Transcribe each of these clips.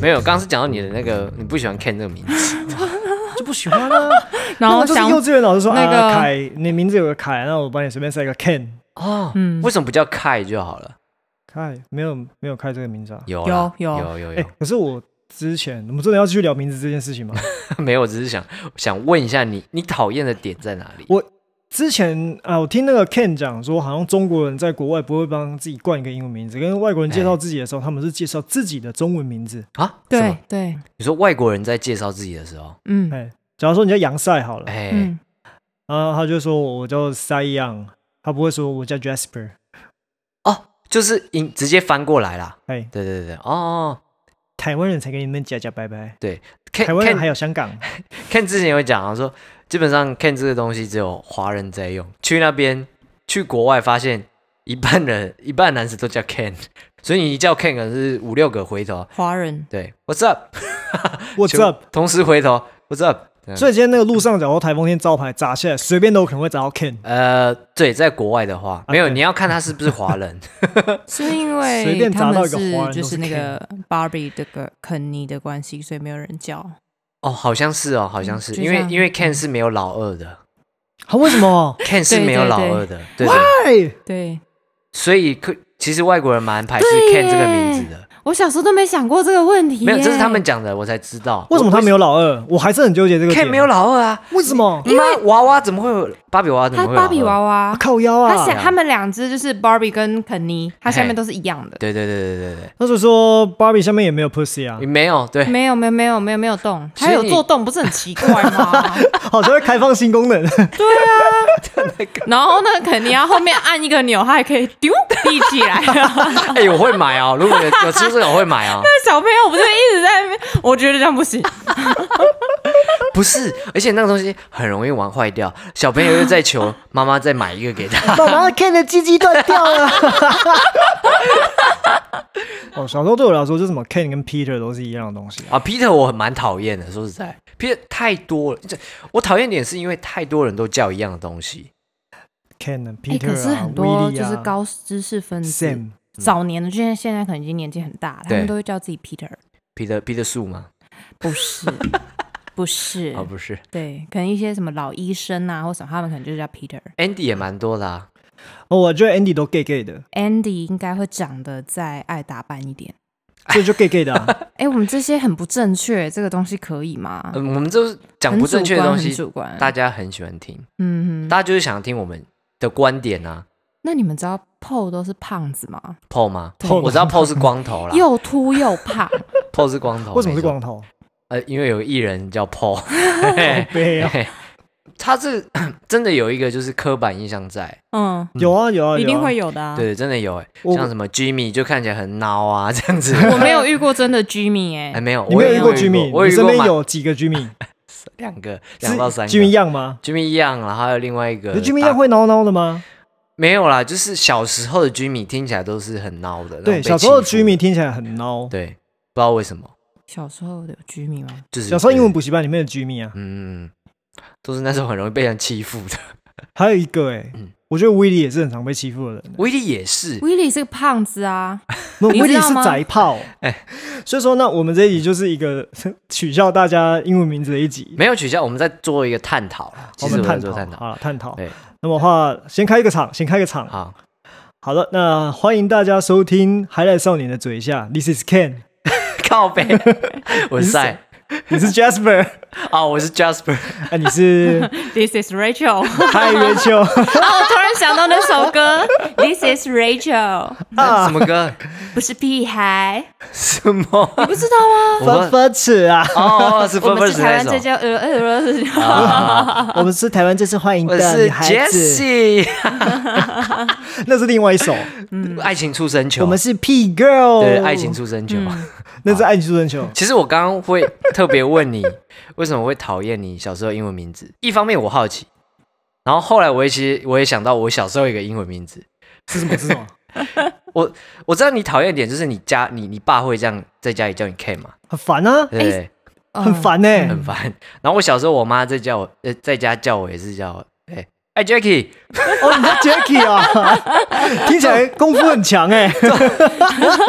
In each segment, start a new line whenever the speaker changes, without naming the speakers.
没有，刚刚是讲到你的那个，你不喜欢 Ken 这个名字，
就不喜欢啊。
然
那
后
就是
想
幼稚园老师说
那个
啊，凯，你名字有个凯，那我帮你随便塞个 Ken。
哦，
嗯
为什么不叫 Kai 就好了？
凯没有没有凯这个名字啊。
有啦
有
有有
哎、可是我之前我们真的要继续聊名字这件事情吗？
有， 没有，我只是想想问一下你，你讨厌的点在哪里？
我之前啊，我听那个 Ken 讲说，好像中国人在国外不会帮自己冠一个英文名字，跟外国人介绍自己的时候，他们是介绍自己的中文名字。
啊？什么
对对，
你说外国人在介绍自己的时候，
嗯
哎、假如说你叫杨赛好了，
哎、
嗯，
然后他就说我叫 Cy Young，他不会说我叫 Jasper。
哦，就是英直接翻过来啦。
哎，
对对对，哦哦
台湾人才跟你们讲讲拜拜，
，Ken
台湾人还
Ken
有香港，
Ken 之前有讲啊，说基本上 Ken 这个东西只有华人在用，去那边去国外发现一半人一半男子都叫 Ken，所以你一叫 Ken 可能是五六个回头，
华人
对，What's up？
What's up？
同时回头，What's up？
嗯
所以今天那个路上，假如台风天招牌砸下来，随便都有可能会砸到 Ken，
呃，对，在国外的话，没有，
对
你要看他是不是华人。
是因
随
为
便
他
砸
们
到一个
是
华人
就
都
是
是
那个 Barbie 这个肯尼的关系，所以没有人叫。
哦，好像是哦，好像是，
就
因为
像
因为 Ken 是没有老二的
啊
他为什么？
，Ken 是
对
没有
对
老
对
二的，对对，
哎，
对
所以可其实外国人蛮排斥
对
Ken 这个
耶
名字的，
我小时候都没想过这个问题耶，
没有，这是他们讲的，我才知道
为什么他没有老二？我还是很纠结这个点。
Ken 没有老二啊？
为什么？
妈，娃娃怎么会有芭比娃娃？怎
他
么会有
芭比
老二
娃？娃，
靠腰
他
啊！
想他们两只就是 Barbie 跟肯尼，它下面都是一样的。
对对对对对
那所以说芭比下面也没有 pussy 啊
对，，没有对，
没有没有没有没有没有动，
所
它
以
有
你
做动，不是很奇怪吗？
好像会哦开放新功能。
然后那肯尼要后面按一个钮，它还可以丢立起来。
哎，我会买哦，如果有有出这个我会买哦。
那小朋友不是一直在那边？我觉得这样不行。
不是，而且那个东西很容易玩坏掉，小朋友又在求妈妈再买一个给他。
妈妈 Ken 的鸡鸡断掉了。 哦，小时候对我来说，就什么 Ken 跟 Peter 都是一样的东西啊。
啊，Peter 我蛮讨厌的，说实在，Peter 太多了。这我讨厌点是因为太多人都叫一样的东西，
Ken 啊、
哎，
Peter 啊，
可是很多
Willy
就
啊
是高知识分子，
Sam 嗯
早年的，现在现在可能已经年纪很大了，他们
对
都会叫自己 Peter，
Peter Peter 树吗？
不是，不是
啊，，不是
对，可能一些什么老医生啊或什么，他们可能就叫 Peter。
，Andy 也蛮多的、啊。
哦，我觉得 Andy 都 gay gay 的，
Andy 应该会长得再爱打扮一点。
这就 gay gay 的 啊。
哎，我们这些很不正确，这个东西可以吗？
嗯，我们就是讲
很
不正确的
主观
东
很
西，
主观。
大家很喜欢听，
嗯哼，
大家就是想听我们的观点啊。
那你们知道 PO 都是胖子吗？
PO 吗？
对
我知道 PO 是光头啦
又秃又胖，
，PO 是光头，
为什么是
没错
光头？
呃，因为有个艺人叫 Paul，
背 啊
他是 真的有一个就是刻板印象在，
嗯，
有啊有啊，
一定会
有
有的、啊。
对，真的有哎，
我
像什么 Jimmy 就看起来很孬啊这样子，
我没有遇过真的 Jimmy 哎、
哎没有，
啊。你
我
没有
也
遇过
没有
Jimmy？
我有
你
遇
身
过
边
蛮
有几个 Jimmy？
两个
是
两到三个
Jimmy 样吗？
Jimmy 一样，然后还有另外一个
可是 Jimmy
大
样会孬孬的吗？
没有啦，就是小时候的 Jimmy 听起来都是很孬的，那种
对，
被
小时候的
欺负
Jimmy 听起来很孬。
对，不知道为什么，
小时候有 Jimmy 吗？
就是
小时候英文补习班里面的 Jimmy 啊，
嗯，都是那时候很容易被人欺负的。
还有一个哎
嗯，
我觉得 Willy 也是很常被欺负的人。
威力也是，
Willie 是个胖子啊，
那
你
Willy
知道
是
吗
宅炮，
哎
所以说那我们这一集就是一个 取笑大家英文名字的一集，
没有取消，我们在做一个探讨啦。
啊
其
我
实
们
我在
探
做
讨
探讨。
好了探讨
对。
那么的话，先开一个场，先开一个场。
好，
好了，那欢迎大家收听《海来少年的嘴下》，This is Ken，
靠背，我是赛
你是 Jasper，
啊，我是 Jasper。
啊，你 是
This is Rachel。啊，
嗨 Rachel。
我突然想到那首歌，This is Rachel，
那
啊
什么歌？
不是屁孩，
什么？
你不知 道吗？
我
分
们
分尺啊！
哦，哦是
我
分
们
分
是
子
台
那
湾最
首。
佳呃呃 呃，
啊
我们是台湾最受欢迎
我
的女
是
孩子，
Jessie，
那是另外一首。
爱情出生球
嗯我们。是哦嗯 P Girl，
对，爱情出生球。
那是爱情出生球。
其实我刚刚会特别问你， 为什么会讨厌你小时候英文名字？一方面我好奇，然后后来我也其实我也想到我小时候有一个英文名字，
是什么？是 什么？
我知道你讨厌点就是你家你你爸会这样在家里叫你 K 嘛，
很烦啊，
对不对？
很
哦
烦欸呢、
嗯很 烦。然后我小时候我妈在叫我呃在家叫我也是叫我哎、哎 Jacky，
哦，你叫 Jacky 欸啊，听起来功夫很强哎、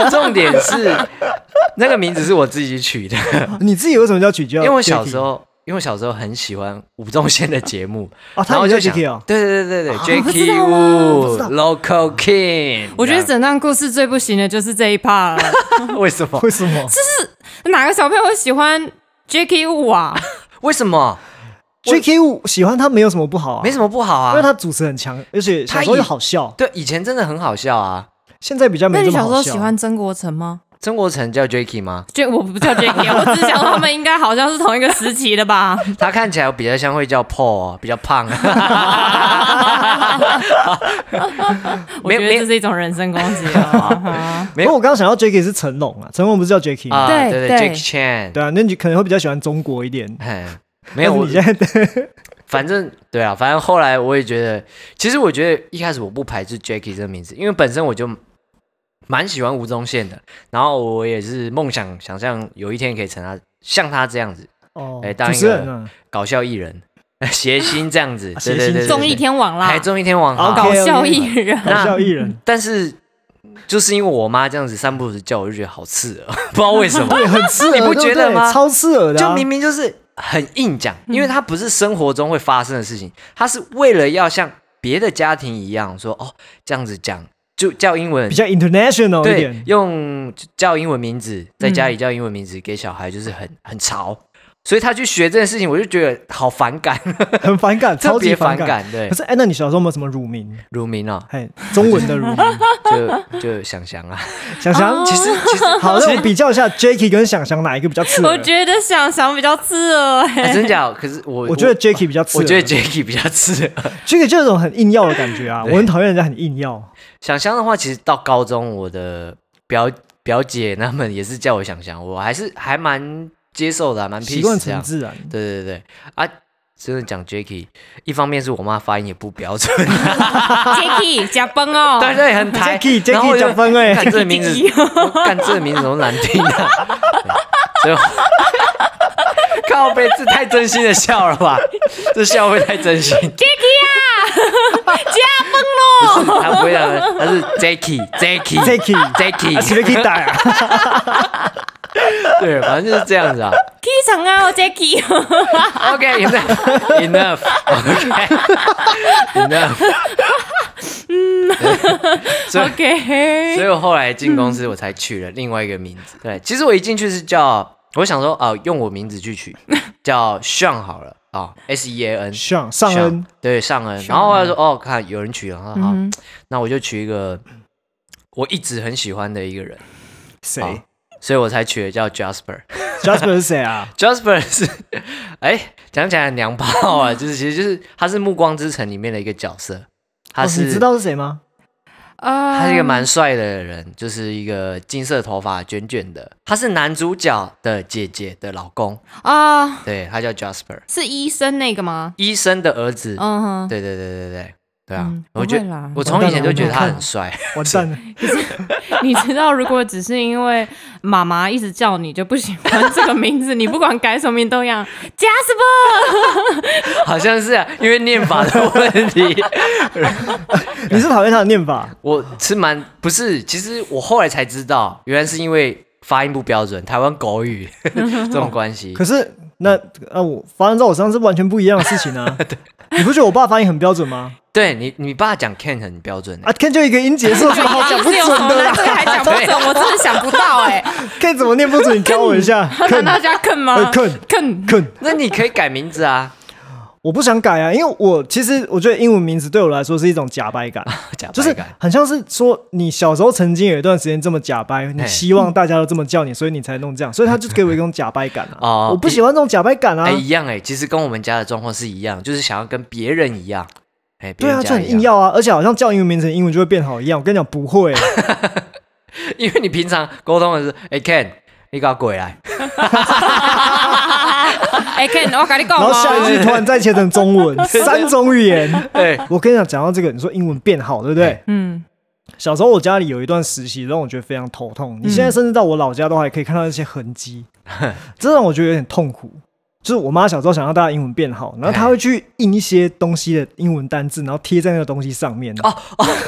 重点是 那个名字是我自己取的，
你自己为什么叫曲教？
因为我小时候，因为我小时候很喜欢吴宗宪的节 目，
啊，他
然后
们
我
叫
就想，
Jacky 啊，
对对对对对
我知
，Jacky
道啦
我知道
Wu Local King，
我觉得
这
整段故事最不行的就是这一 part 了。
样 为什么？
为什么
哪个小朋友喜欢 Jacky Wu 啊？
为什么？
？Jacky Wu 喜欢他没有什么不好啊，
没什么不好
因为
啊。
他主持很强，而且小时
他
候
以
又好笑，
对，以前真的很好笑啊。
现在比较
那
没
你
这么
小时
好
候
笑。
喜欢曾国城吗？
曾国成叫 Jacky 吗？
就我不叫 Jacky，啊我只是想说他们应该好像是同一个时期的 吧。
他看起来比较像会叫 Paul，、哦、比较胖。啊
我 觉
没
得这是一种人身攻击啊！
没
没有，我刚刚想到 Jacky 是成龙啊，成龙不是叫 Jacky 吗？
啊，
对
对
对
j a c k i e Chan，
对啊，那你可能会比较喜欢中国一点。
哎没有，
但是
我
你现在
反正对啊，反正后来我也觉得，其实我觉得一开始我不排斥 Jacky 这个名字，因为本身我就蛮喜欢吴宗宪的，然后我也是梦想想象有一天可以成他像他这样子
哦
哎，当
主
一
持
个
人啊，
搞笑艺人、 谐星这样子，
啊
对对
谐星
对对对
哎综艺天王啦
还，综艺天王好
OK
搞笑艺人，
搞
那
笑艺 人，
但是就是因为我妈这样子三不五时叫我，就觉得好刺耳， 不知道为什么。
很刺耳，
你不觉得
对对
吗
超刺耳的啊，
就明明就是很硬讲，因为它不是生活中会发生的事情，它是为了要像别的家庭一样说哦这样子讲，就叫英文
比，较 international 一
对
点，。
用叫英文名字，在家里叫英文名字给小孩就是很很潮，所以他去学这件事情，我就觉得好反感，
很反感，
特
超级
别反
反感。
感。对
可，是，哎，那你小时候有没有什么乳名？
乳名啊，
嘿，中文的乳 名，
就就想想啊，
想想，
其实其实
好，那我比较一下 Jacky 跟想想哪一个比较刺
我
耳？
觉得想想比较刺耳欸。
啊真假？可是我
我觉得 Jacky 比较刺
我
耳，
觉得 Jacky 比较刺耳。
Jacky 就有种很硬要的感觉啊，
对
我很讨厌人家很硬 要。
想香的话，其实到高中，我的表表姐她们也是叫我想香，我还是还蛮接受的啊、蛮
习惯
peace 这
成
样。
自然。
对对对啊，真的讲 Jacky，一方面是我妈发音也不标 准，
Jacky 加崩哦，
但是也很台。
Jacky
然后我
Jacky
就
讲分哎，
看这个名字，我看这个名字怎么难听啊？ 对所以我靠背，这太真心的笑了吧？这笑会太真心。
加崩喽。
他不会讲，他是 Jacky Jacky
Jacky
Jacky
啊 Jacky 打啊，
对，反正就是这样子啊。
K 场啊，我 Jacky，
OK enough enough OK enough。所以，所
OK，
以我后来进公司，我才取了另外一个名字。对，其实我一进去是叫，我想说啊、用我名字去取，叫 Sean 好了啊、s E A N
上上
Sean，
恩
对上恩。然后我就说哦，看有人取了，然后好，
嗯
那我就取一个我一直很喜欢的一个人，
谁
好所以我才取了叫 Jasper。
？Jasper 是谁啊？
Jasper 是， 哎，讲起来很娘炮啊， 就是其实就是他是《暮光之城》里面的一个角色，他
哦
是、
你知道是谁吗？
呃
他是一个蛮帅的人，就是一个金色头发卷卷的，他是男主角的姐姐的老公，
啊，
对他叫 Jasper，
是医生那个吗？
医生的儿子，
嗯 哼，
对对对对对对啊，
嗯
我觉
不会
得
啦
我从以前就觉得他很帅，
完蛋了，
你知道，如果只是因为妈妈一直叫你就不喜欢这个名字，你不管改什么名都一样。Jasper，
好像是、啊、因为念法的问题，
你是讨厌他的念法？
我是蛮不是，其实我后来才知道，原来是因为发音不标准，台湾狗 语这种关系。
可是那啊，我发生在我身上是完全不一样的事情 啊！你不觉得我爸发音很标准吗？
对你，你爸讲 can 很标准欸、
啊，Ken 就一个音节，是有什么好讲不
是有什
准
么
的
呢？
啦
这 个还讲不准，我真的想不到 哎、
？Ken 怎么念不准？你教我一下。
难
Ken
道叫坑吗
呃，Ken
坑
Ken，
那你可以改名字啊，
我不想改啊，因为我其实我觉得英文名字对我来说是一种假掰感，
假
就
白
是啊
改。
很像是说你小时候曾经有一段时间这么假掰，你
嘿
希望大家都这么叫你，所以你才弄这样，所以他就给我一种假掰感 啊。
哦
我不喜欢这种假掰感啊
哎、。一样哎、其实跟我们家的状况是一样，就是想要跟别人一样，哎、别
对啊，
人
就
家
很
一
硬
样，
要啊，而且好像叫英文名字，英文就会变好一样。我跟你讲，不 会，
因为你平常沟通的是，哎、Ken，你搞鬼 来，
哎、Ken，我跟你讲
然后下一
哦，
句突然再切成中 文，三种语言。
哎、
我跟你讲，讲到这个，你说英文变好，对不对？
嗯，
小时候我家里有一段实习，让我觉得非常头
嗯
痛。你现在甚至到我老家都还可以看到一些 痕迹，这让我觉得有点痛苦。就是我妈小时候想让大家英文 变好，然后她会去印一些东西的英文单字，然后贴在那个东西上面，
哦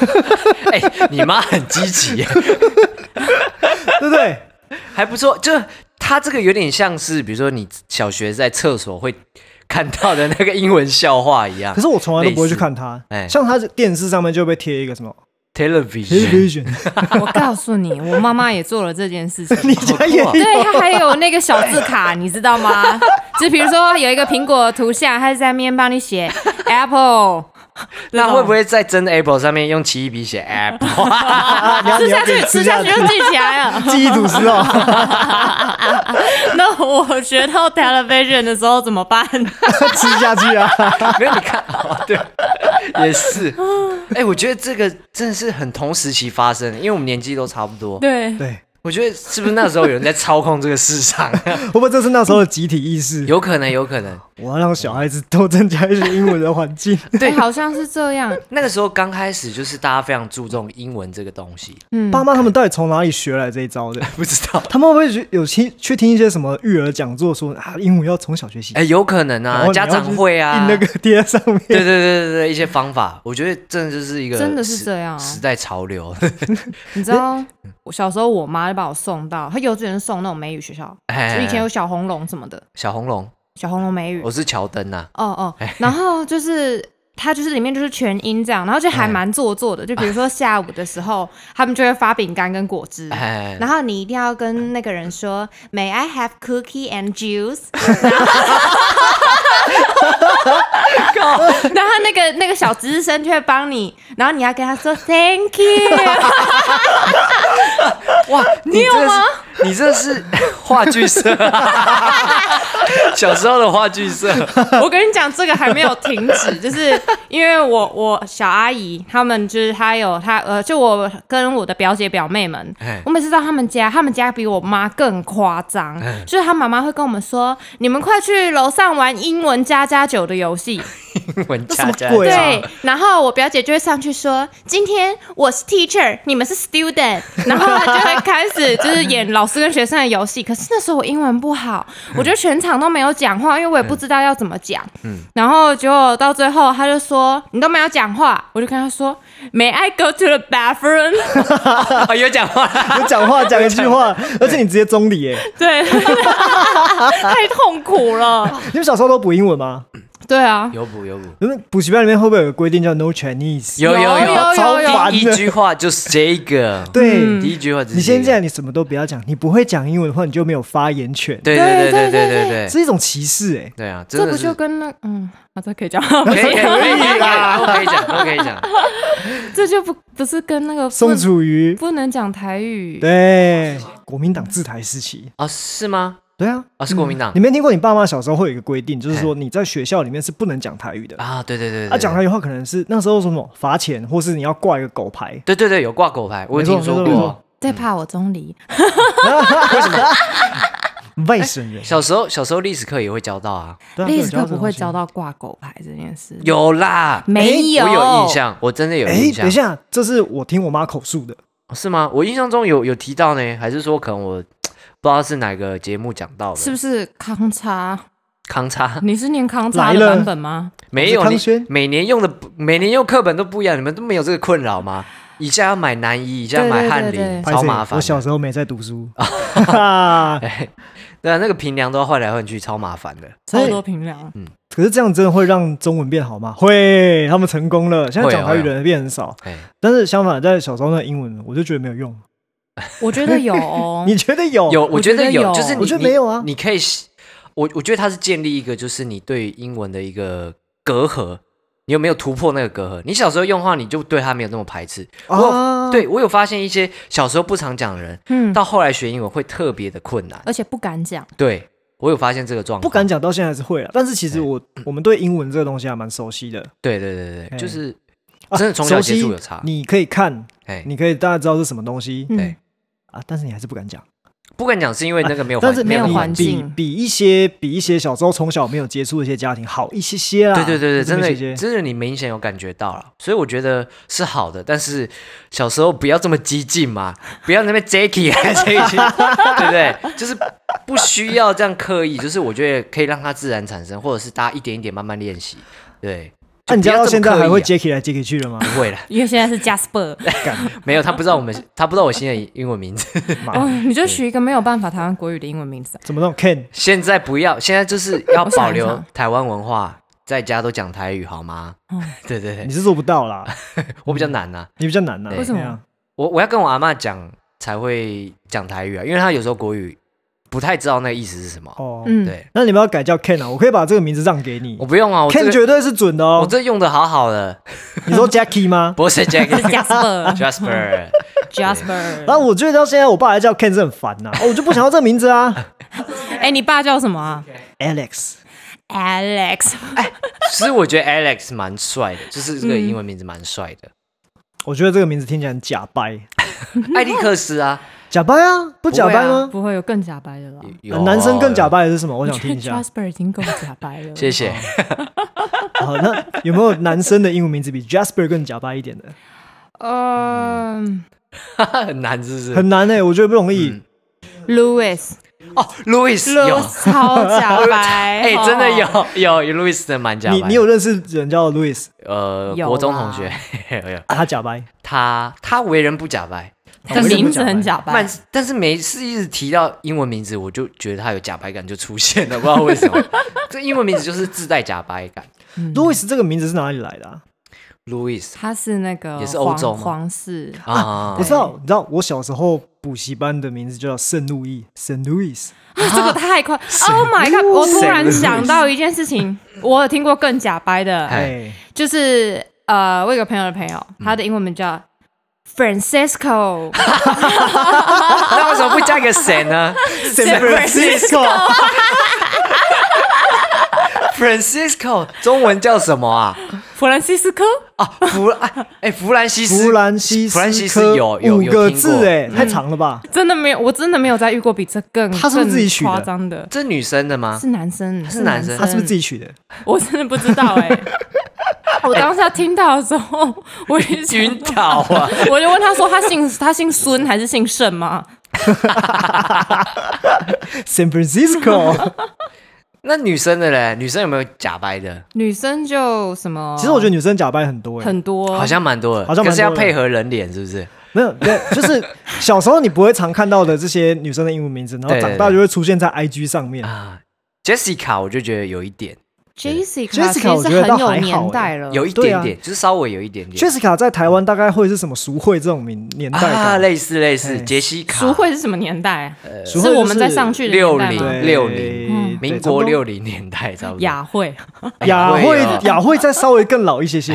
哎、你妈很积极耶，
对不对？
还不错。就它这个有点像是，比如说你小学在厕所会看到的那个英文笑话一样
可。是我从来都不会去
类似
看它
哎，啊
像它电视上面就被贴一个 什么
Television，
television，
我告诉你，我妈妈也做了这件事情。
你 家也有
对，它还有那个小字卡，你知道吗？就比如说有一个苹果的图像，它在面帮你写 Apple，
那会不会在真 Apple 上面用奇异笔写哎 Apple？
啊？你要
吃
你
下
要
去
给
吃下去就记起来了？
记忆吐司 哦，
那我学到 television 的时候怎么办？
吃下去啊！
没有，你看，哦、对，也是。哎、我觉得这个真的是很同时期发生的，因为我们年纪都差不多。
对，
对，
我觉得是不是那时候有人在操控这个市 场？
会不会这是那时候的集体意识？
有可能，有可能。
我要让小孩子多增加一些英文的环境。
对，哎好像是这样。
那个时候刚开始就是大家非常注重英文这个东西，
嗯，
爸妈他们到底从哪里学来这一招的？
不知道。
他们会不会去有去去听一些什么育儿讲座说，啊，英文要从小学习
哎、？有可能
然
啊
后，你
家
要
长
去
会啊，
印那个贴在上面。
对对对对对，一些方法，我觉得真的就是一个
真的是
时
这样啊
时代潮流。
你知道，我小时候我妈就把我送到，她幼稚园送那种美语学校，
哎
就以前有小红龙什么的，
小红龙，
小红龙美语。
我是乔登啊呐、
哦哦，然后就是它就是里面就是全音这样，然后就还蛮做作的。就比如说下午的时候，他们就会发饼干跟果汁，
啊，哎，
然后你一定要跟那个人说 “May I have cookie and juice”，然后那个那个小值日生就会帮你，然后你要跟他说 “Thank you”，
哇，你有吗？你这是 话剧社、小时候的话剧社，
我跟你讲，这个还没有停止， 就是因为我我小阿姨他们就是她有她呃，就我跟我的表姐表妹们
哎，
我每次到他们家，他们家比我妈更夸张，就是她妈妈会跟我们说，你们快去楼上玩英文加加酒的游戏，
英文家家
鬼对啊
对，然后我表姐就会上去说，今天我是 teacher，你们是 student，然 后她就会开始就是演老师跟学生的游戏。可是那时候我英文不好，我就全场都没有讲话，因为我也不知道要怎么讲。
嗯
然后结果到最后，她就说你都没有讲话，我就跟她说，May I go to the bathroom？
啊，有讲话啦，
我讲话讲一 句话，而且你直接中理耶！
对，太痛苦了。
你们小时候都补英文吗？
对啊，
有补有补。
你们补习班里面会不会有个规定叫 No Chinese？
有有
有有
超
有
烦
第一
的。
句话就是这个，
对，
第一句话就是
你现
这
在
个
你什么都不要讲，你不会讲英文的话，你就没有发言权，
对对对对对对对
是一种歧视哎。
对啊，真
这
的
不
是
就跟那嗯，啊，这可以讲，
可以可以可以可以
啦
都可以讲都可以讲，
这就不不是跟那个不
宋楚瑜，
不能讲台语。
对，国民党自台时期，
哦是吗？
对啊，
哦是国民党
你没听过你爸妈小时候会有一个规定，就是说你在学校里面是不能讲台语的。
啊，对对对
啊，
对
讲
对，
台语的话，可能是那时候什么罚钱，或是你要挂一个狗牌。
对对对有挂狗牌，我有听说
没错没错没
过
错。
最怕我钟离，
哎
外省人，
小时候小时候历史课也会教到啊，
对啊
历史课不会。
对啊
教到挂狗牌这件事。
有啦，
没有？
我有印。象，我真的有
这种东西
印
哎，等
象
一，下，这是我听我妈口述的，
是吗？我印象中有有提到呢，还是说可能我不知道是哪个节目讲到的？
是不是康差？
康 差？
你是念康差
来
的
了
版本吗？
没有，
康
你
轩
每年用的不每年用课本都不一样，你们都没有这个困扰吗？一下要买南一，一下要买翰
对对
林，
对
拍
超
谁
麻烦
我
的。
小时候没在 读书，哈哈
对啊，那个平梁都要换来换去，超麻烦的。
超多平凉，
可是这样真的会让中文变好吗？会，他们成功了。现在
会啊
讲台语的人变很少，
哎，
但是相反，在小时候那英文，我就觉得没有用。
我觉得有哦。
你觉得有？
有，我觉
觉
得
得
有，
有
就是你
我觉得
你
没有啊
你可以，我我觉得它是建立一个，就是你对英文的一个隔阂，你有没有突破那个隔阂？你小时候用的话，你就对它没有那么排斥。我有、
啊
对我有发现一些小时候不常讲的人，
嗯，
到后来学英文会特别的困难。
而且不敢讲。
对我有发现这个状况，
嗯不敢。讲，到现在还是会了。啊但是其实我
嗯
我们对英文这个东西还蛮熟悉的，
对对对对，
哎
就是
啊
真的从小
熟
接
悉
触有差。
你可以看，
哎，
你可以大概知道是什么东西
对
嗯，
啊，但是你还是不敢讲。
不敢讲是因为那个没有环，
但是
没有
比
环境
比比一些比一些小时候从小没有接触的一些家庭好一些些啦。
对对对对，
就啊这
真
么一
的
些些
真的，你明显有感觉到了，所以我觉得是好的。但是小时候不要这么激进嘛，不要那边 Jacky 啊 Jacky，对不对？就是不需要这样刻意，就是我觉得可以让它自然产生，或者是大家一点一点慢慢练习。对，
那你
就不
家到
要这
现
么
在
刻
还
意
会
啊
接 k 来接 k 去的吗？
不会了，
因为现在是 Jasper，
没有，他不知道我们，他不知道我新的英文名字。
哦，你就取一个没有办法台湾国语的英文名字啊。
怎么弄 Ken？
现在不要，现在就是要
我想
保
一
留
想
台湾文化，在家都讲台语好吗？
嗯
对对对
你，是做不到 啦，
我比较难啊，
你比较难呐、啊。
对
为什么
对啊？
我我要跟我阿妈讲才会讲台语啊，因为她有时候国语不太知道那个意思是什么。
哦，
嗯，
对，
那你们要改叫 Ken 啊，我可以把这个名字让给你
我。不用啊，我这
Ken
个
绝对是准的
我
哦。
这用的好好 的，
你说 Jackie 吗？
不是
是
Jack
Jasper，Jasper。
Jasper，
然后我觉得到现在，我爸还叫 Ken 是很烦呐、哦，我就不想要这个名字 啊。
哎，你爸叫什么啊
Alex，
？Alex。
其实我觉得 Alex 蛮帅的，就是这个英文名字蛮帅的，
我觉得这个名字听起来很假掰，嗯
艾利克斯啊，
假掰啊，不假掰吗？
不会有更假掰的了。
有
呃男生更假。掰的是什么？
啊
我
我
想听一 下。
Jasper 已经够假掰了。
谢谢，
好，那有没有男生的英文名字比 Jasper 更假掰一点的？
嗯
很难是不是？
哦很难哎、我觉得不容
嗯
易。
，Louis，
哦，Louis 有，
Louis 超假掰，
哎，
哦
真的。有有有 Louis 的蛮假掰
你
的。
你有认识人叫 Louis，、
呃
有
国中
啦
同学？ 有有，
啊、他假掰，
他他为人不假掰，
的名字很假
但
掰，
是但是每次一直提到英文名字，我就觉得他有假掰感就出现了，不知道为什么。这英文名字就是自带假掰感。
Louis 这个名字是哪里来的、啊？
Louis
他是那个
也是欧洲
皇
吗
皇室，
啊
我，知道，你知道我小时候补习班的名字就叫圣路易 （Saint Louis）。
这个太 快！Oh my god！我突然想到一件事情，我有听过更假掰的，
哎
哎，
就是呃，我有个朋友的朋友，他的英文名叫 Francisco，
那为什么不加一个 San 呢
San Francisco，
？Francisco 中文叫什么啊？
弗兰西斯科，
啊，弗哎哎弗兰西斯
弗兰西斯
弗
科，
兰西斯有有
五
有
个
听过嗯
字哎、太长了吧？
真的没有，我真的没有再遇过比这更
他是不是自己取的啊
更夸张的？
这女生的吗
是？男生，
是男生
他是不是自己取的？
我真的不知道 哎、我
哎
当下听到的时候，我也想
晕倒啊！
我就问他说：“他姓他姓孙还是姓盛吗
San Francisco。
那女生的嘞？女生有没有假掰的？？”
女生就什么？
其实我觉得女生假掰很多哎、
很多，
好像蛮多的，
好像蛮多的
可是要配合人脸，是不是？
没有，对，就是小时候你不会常看到的这些女生的英文名字，然后
对对
长大就会出现在 IG 上面。
啊，Jessica 我就觉得有一点，
Jessica，其
Jessica，
实
我觉
是
得倒还
很
好
有年代了，
有一
对
点
啊
点，就是稍微有一点点。
Jessica 在台湾大概会是什么淑慧这种名年代
啊，
感？
类似类似，
哎
杰西卡，
淑慧是什么年代？啊
呃淑慧
是
就是
我们在上去的
六
年代
零
吗？
对
六零
嗯，
民国六零年代差不多。
雅慧，
雅慧
雅慧哦，
雅慧再稍微更老一 些些。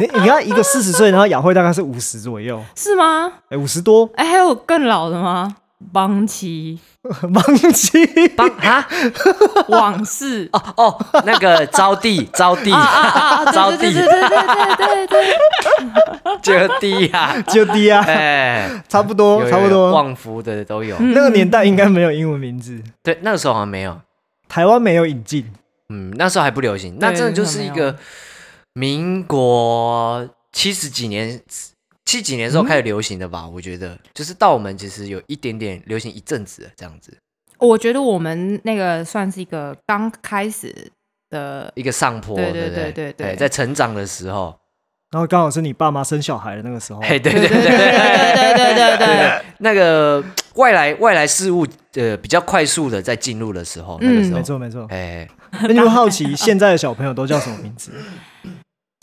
你你看一个四十岁，然后雅慧大概是五十左右，
是吗？
哎，五十多。
哎，还有更老的吗？邦奇，
忘 记
帮啊
往事啊
哦，那个招娣，招
啊
娣，
啊！
招
对
娣
对对对对对对对对，
姐弟呀，
就低啊，
哎，
差不多
有
差不
有有
多。嗯
旺夫的都有。
那个年代应该没有英文名字，
对，那个时候好像没有，
台湾没有引进。
嗯，那时候还不流行，那真的就是一个民国七十几年、七几年的时候开始流行的吧？我觉得，就是到我们其实有一点点流行一阵子了这样子，
我觉得我们那个算是一个刚开始的
一个上坡，
对
对
对
不
对对对
哎在成长的时候，
然后刚好是你爸妈生小孩的那个时候，
嘿，对
对对对
对
对
对
对对对
那个外来外来事物呃比较快速的在进入的时候，那个
嗯
时候
没，错没错。
哎，
那你有没有好奇现在的小朋友都叫什么名字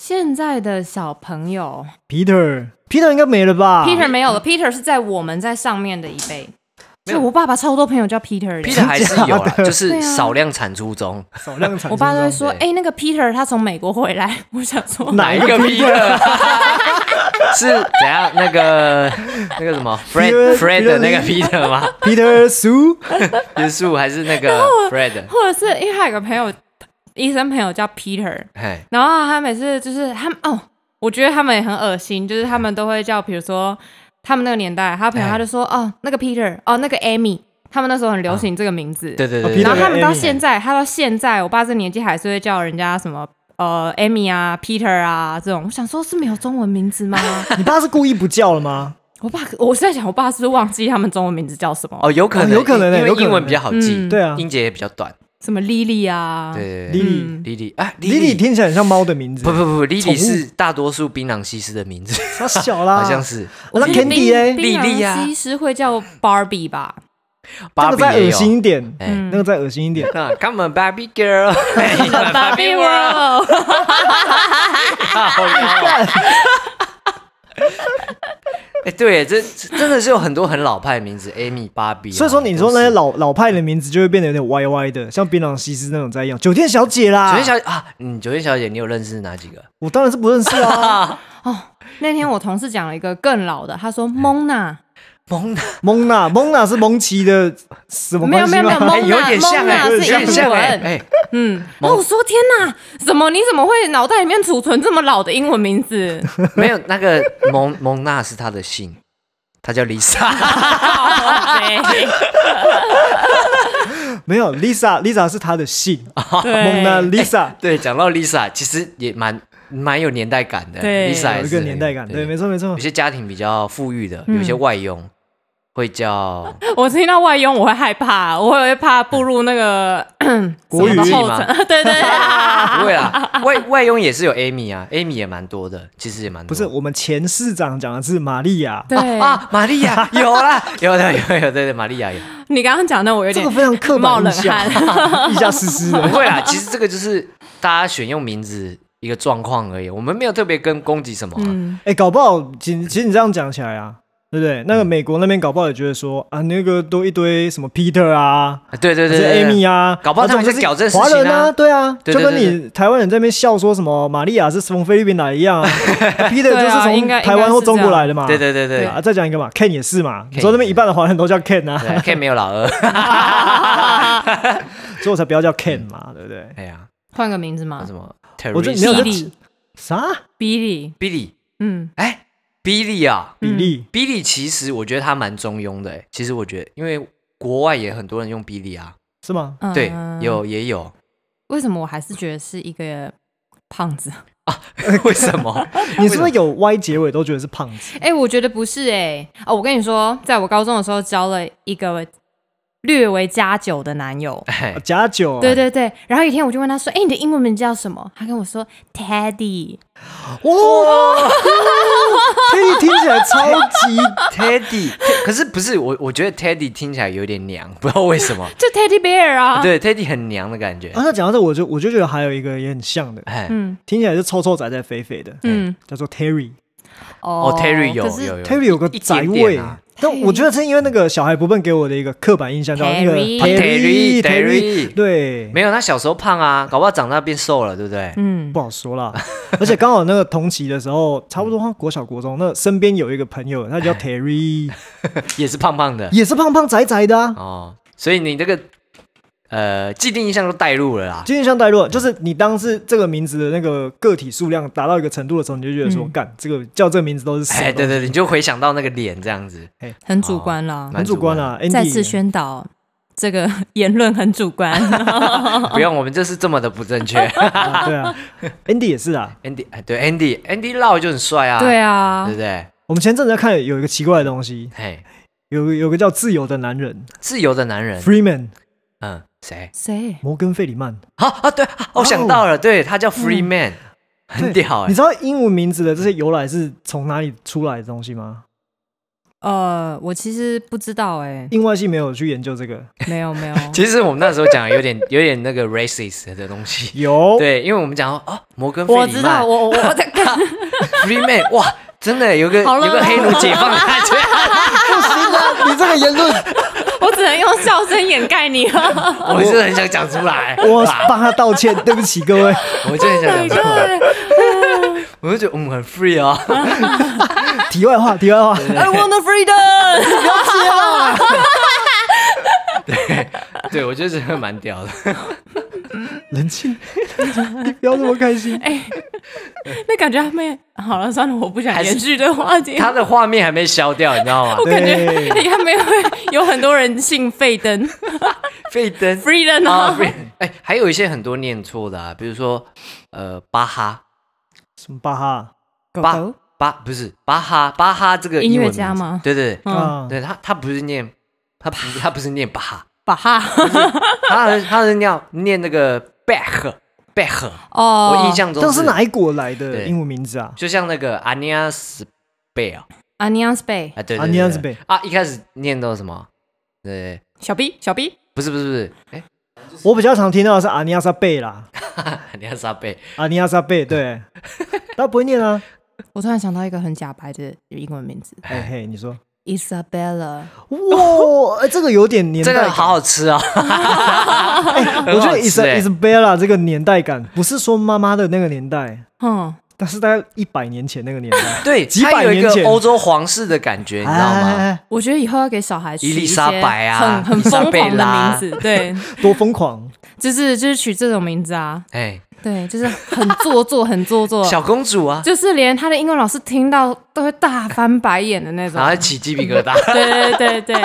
现在的小朋友、
？Peter Peter 应该没了
啊
吧
p e t e r 没有了，Peter 是在我们在上面的一辈。
嗯没
就
有
我爸爸超多朋友叫 Peter 的
Peter 还是有啦
真，的
就是
对啊
少量产出中，
少量产生
我爸都会说：“
对
哎、那个 Peter 他从美国回来。”我 想说，
哪一个
Peter？是怎样？那个那个什么 Fred
Peter-
Fred 的
Peter
那个 Peter 吗？
Peter Sue
元素还是那个 Fred？
或者是因为他有个朋友，医生朋友叫 Peter，
哎，
然后他每次就是他们哦，我觉得他们也很恶心，就是他们都会叫，比如说他们那个年代，他朋友
哎
他就说：“哦，那个 Peter，哦，那个 Amy。”他们那时候很流行这个名字。
啊对对
哦
对
，Peter
然后
对，
他们到
Amy
现在，他到现在，我爸这年纪还是会叫人家什么呃 Amy 啊、Peter 啊这种。我想说，是没有中文名字吗？
你爸是故意不叫了吗？
我爸，我是在想，我爸是不是忘记他们中文名字叫什么？
哦，有可能，
哦有可能欸
因为
有可能
英文比较好记，
嗯
对啊，
音节也比较短。
什么 Lily 啊，
对
莉
对
莉
嗯
对，Lily 啊
，Lily
，Lily，
听起来很像猫的名字
不，不不
宠物
，Lily 是大多数槟榔西施的名字，
它小啦，
好像是。
那
我觉得
Candy
槟
嘞，
莉
槟
莉
榔
啊
西施会叫 Barbie 吧？
那
芭
个
比
再
也
恶
有。
心一点，
哎
嗯
那个再恶心一点，
那 Come on, Barbie girl，
Barbie World，
哎，对，这这真的是有很多很老派的名字，Amy、芭比啊。
所以说你说那
都
些
是
老老派的名字就会变得有点歪歪的，像槟榔西施那种在一样，酒店小姐啦，
酒店小姐啊，嗯，酒店小姐，你有认识哪几个？
我当然是不认识 啊，
那天我同事讲了一个更老的，他说蒙娜，
蒙娜，
蒙娜，蒙娜是蒙奇的什么
没有
关系
没
吗？
有没有，
哎，有
蒙娜
点像
蒙
哎，
娜
有
是
点
英
像哎，
文，
哎，
嗯，
蒙
哦，我说天哪，怎么你怎么会脑袋里面储存这么老的英文名字？
没有那个 蒙蒙娜是她的姓，她叫 Lisa，
没有 Lisa Lisa 是她的姓，
对
蒙娜 Lisa
对，讲到 Lisa，其实也蛮蛮有年代感的
对
，Lisa 也
有一
哎是
个
很
年代感，对，没错没错
有，些家庭比较富裕的，有些
嗯
外佣会叫
我听到外佣我会害怕，我会怕步入那 个
国语
什么的后
吗
尘， 对对对，
啊不会啦，外外佣也是有 Amy 啊，Amy 也蛮多的，其实也蛮
不
多
是我们前市长讲的是玛利亚，
对
啊，玛利亚有啦，有的有有对对，玛利亚有，
你刚刚讲的我有
这
点
个非常刻
冒
板印
冷
象，
汗，
一下湿湿
不
的。
会啦，其实这个就是大家选用名字一个状况而已，我们没有特别跟攻击什么啊、
嗯，
哎，搞不好，其其实你这样讲起来啊，对不对？那个美国那边搞不好也觉得说啊，那个都一堆什么 Peter 啊，
啊对对对
还是
对
Amy 啊，
搞不好
那
他们
种
在搞这事情啊
华人啊，对啊，
对
就
对
跟
对
你台湾人在那边笑说什么玛利亚是从菲律宾来 一样啊啊，Peter
对
就
啊
是
应
从
该
台湾或中国来的嘛，
对对对对
啊，再讲一个嘛，Ken 也是嘛，你
Ken
说那边一半的华人都叫 Ken 啊，
对，K 没有老二，
所以我才不要叫 Ken 嘛，对不对？
哎呀，
换个名字吗
什？么
我觉得你没有
Teresa
就
比利
啥
比利，
Billy，
嗯，
哎，Billy 啊
比例，
，Billy 其实我觉得他蛮中庸的，哎，其实我觉得因为国外也很多人用 Billy 啊，
是吗？
嗯
对，。有也 有，
为什么我还是觉得是一个胖 子？
为什么？，
你是不是有 Y 结尾都觉得是胖子？
哎、我觉得不是哎、哦，我跟你说，在我高中的时候交了一个略为加酒的男友
哎
啊，假酒啊，
对对对。然后有一天我就问他说：“哎、你的英文名叫什么？”他跟我说：“Teddy。
哇 ，Teddy 听起来超 级啊
Teddy，可是不是我？我觉得 Teddy 听起来有点娘，不知道为什么。”
就 Teddy Bear 啊，
对，Teddy 很娘的感觉
啊，。那讲到这，我就我就觉得还有一个也很像的，
哎，
嗯
听起来是臭臭仔仔肥肥的，
嗯，
叫做 Terry。
哦
，Terry 有
可是
有有
Terry 有个宅
一点
味
点啊，
但我觉得是因为那个小孩不笨给我的一个刻板印象，叫那个
Terry
啊 Terry，Terry
对，
没有，他小时候胖啊，搞不好长大变瘦了，对不对？
嗯
不好说啦。而且刚好那个同期的时候，差不多像国小国中，那身边有一个朋友，他
哎
叫 Terry，
也是胖胖
嗯
的
也是胖胖窄窄的啊。
哦，所以你这个呃既定印象都带入了啦。
今天像带入，就是你当时这个名字的那个个体数量达到一个程度的时候，你就觉得说，
嗯
干这个叫这个名字都是死
哎，对对，对你就回想到那个脸这样子，
很主观啦。
蛮
很主观啦。
再
Andy
次宣导，这个 言论很主观。嗯
不用，我们这是这么的不正 确。
啊对啊，Andy 也是啊。
Andy，哎，对 Andy，Andy 老就很帅啊，
对啊
对，不对？
我们前阵子在看有一个奇怪的东西，
嘿，
有个有个叫自由的男人
自由的男人，
Freeman
嗯，谁？
谁？
摩根费里曼。
好啊，对，啊我想到了，对他叫 Free Man，很屌哎
你。知道英文名字的这些由来是从哪里出来的东西吗？
呃，我其实不知道哎、
英外系没有去研究这个，
没有没有，
其实我们那时候讲的有点有点那个 racist 的东西，
有
对，因为我们讲哦，摩根费
我
里
知
曼
道，我我我在看
Free Man，哇，真的有个
好
有
了
个黑奴解放的感觉，
不行啊！你这个言论，
我只能用笑声掩盖你啊了。
我是很想讲出来，
我帮他道歉，对不起 各位。
我就很想讲出来，我就觉得嗯很 free 哦，
题外话，题外话，
I want the freedom。
对我觉得这个蛮屌的，
冷静，你不要那么开心。
哎那感觉他们也好了，算了，我不想
还是
延续这个话题。
他的画面还没消掉，你知 道吗？
我感觉
对
他们也会有很多人姓费登
费登
，freedom
啊
啊，
，free，哎，还有一些很多念错的啊，比如说呃巴哈
什么巴哈
狗
巴
狗
巴不是巴哈巴哈这个
哦音乐
英文
家
名字
吗
对对对，
嗯
啊？
对他，他不是念，他不，他不是念巴哈，
巴哈，
他很他很要念那个 back back，
哦，
我印象中
这是哪一国来的
对
英文名字啊？
就像那个 Ania s b e l
啊 n i a n s Bay
啊，对对对
Ania
对
Spell
啊，一开始念到什么？对，
小 B 小 B
不是不是不是，哎，
我比较常听到的是阿尼亚萨 贝啦，
Ania s b e
阿尼亚萨 贝，对，他不会念啊。
我突然想到一个很假白的英文名字
哎嘿，你说，
，Isabella。
哇，哎这个有点年代
这
感。
个好好吃啊，
哎，我觉
很
得
好吃
Is
哎
Isabella 这个年代感，不是说妈妈的那个年代，
嗯，
但是大概一百年前那个年代，
对，
几
它
百
有一
年
个
前哎
欧洲皇室的感觉，你
你
知道吗？
我觉得以后要给小孩取
伊丽
一些
莎白啊
很很
伊莎
疯
贝
狂的
拉
名字，对，
多疯狂！
就是就是取这种名字啊，
哎，
对，就是很做作，很做 作，
小公主啊，
就是连他的英文老师听到都会大翻白眼的那种
然。后起鸡皮疙瘩。
对对对对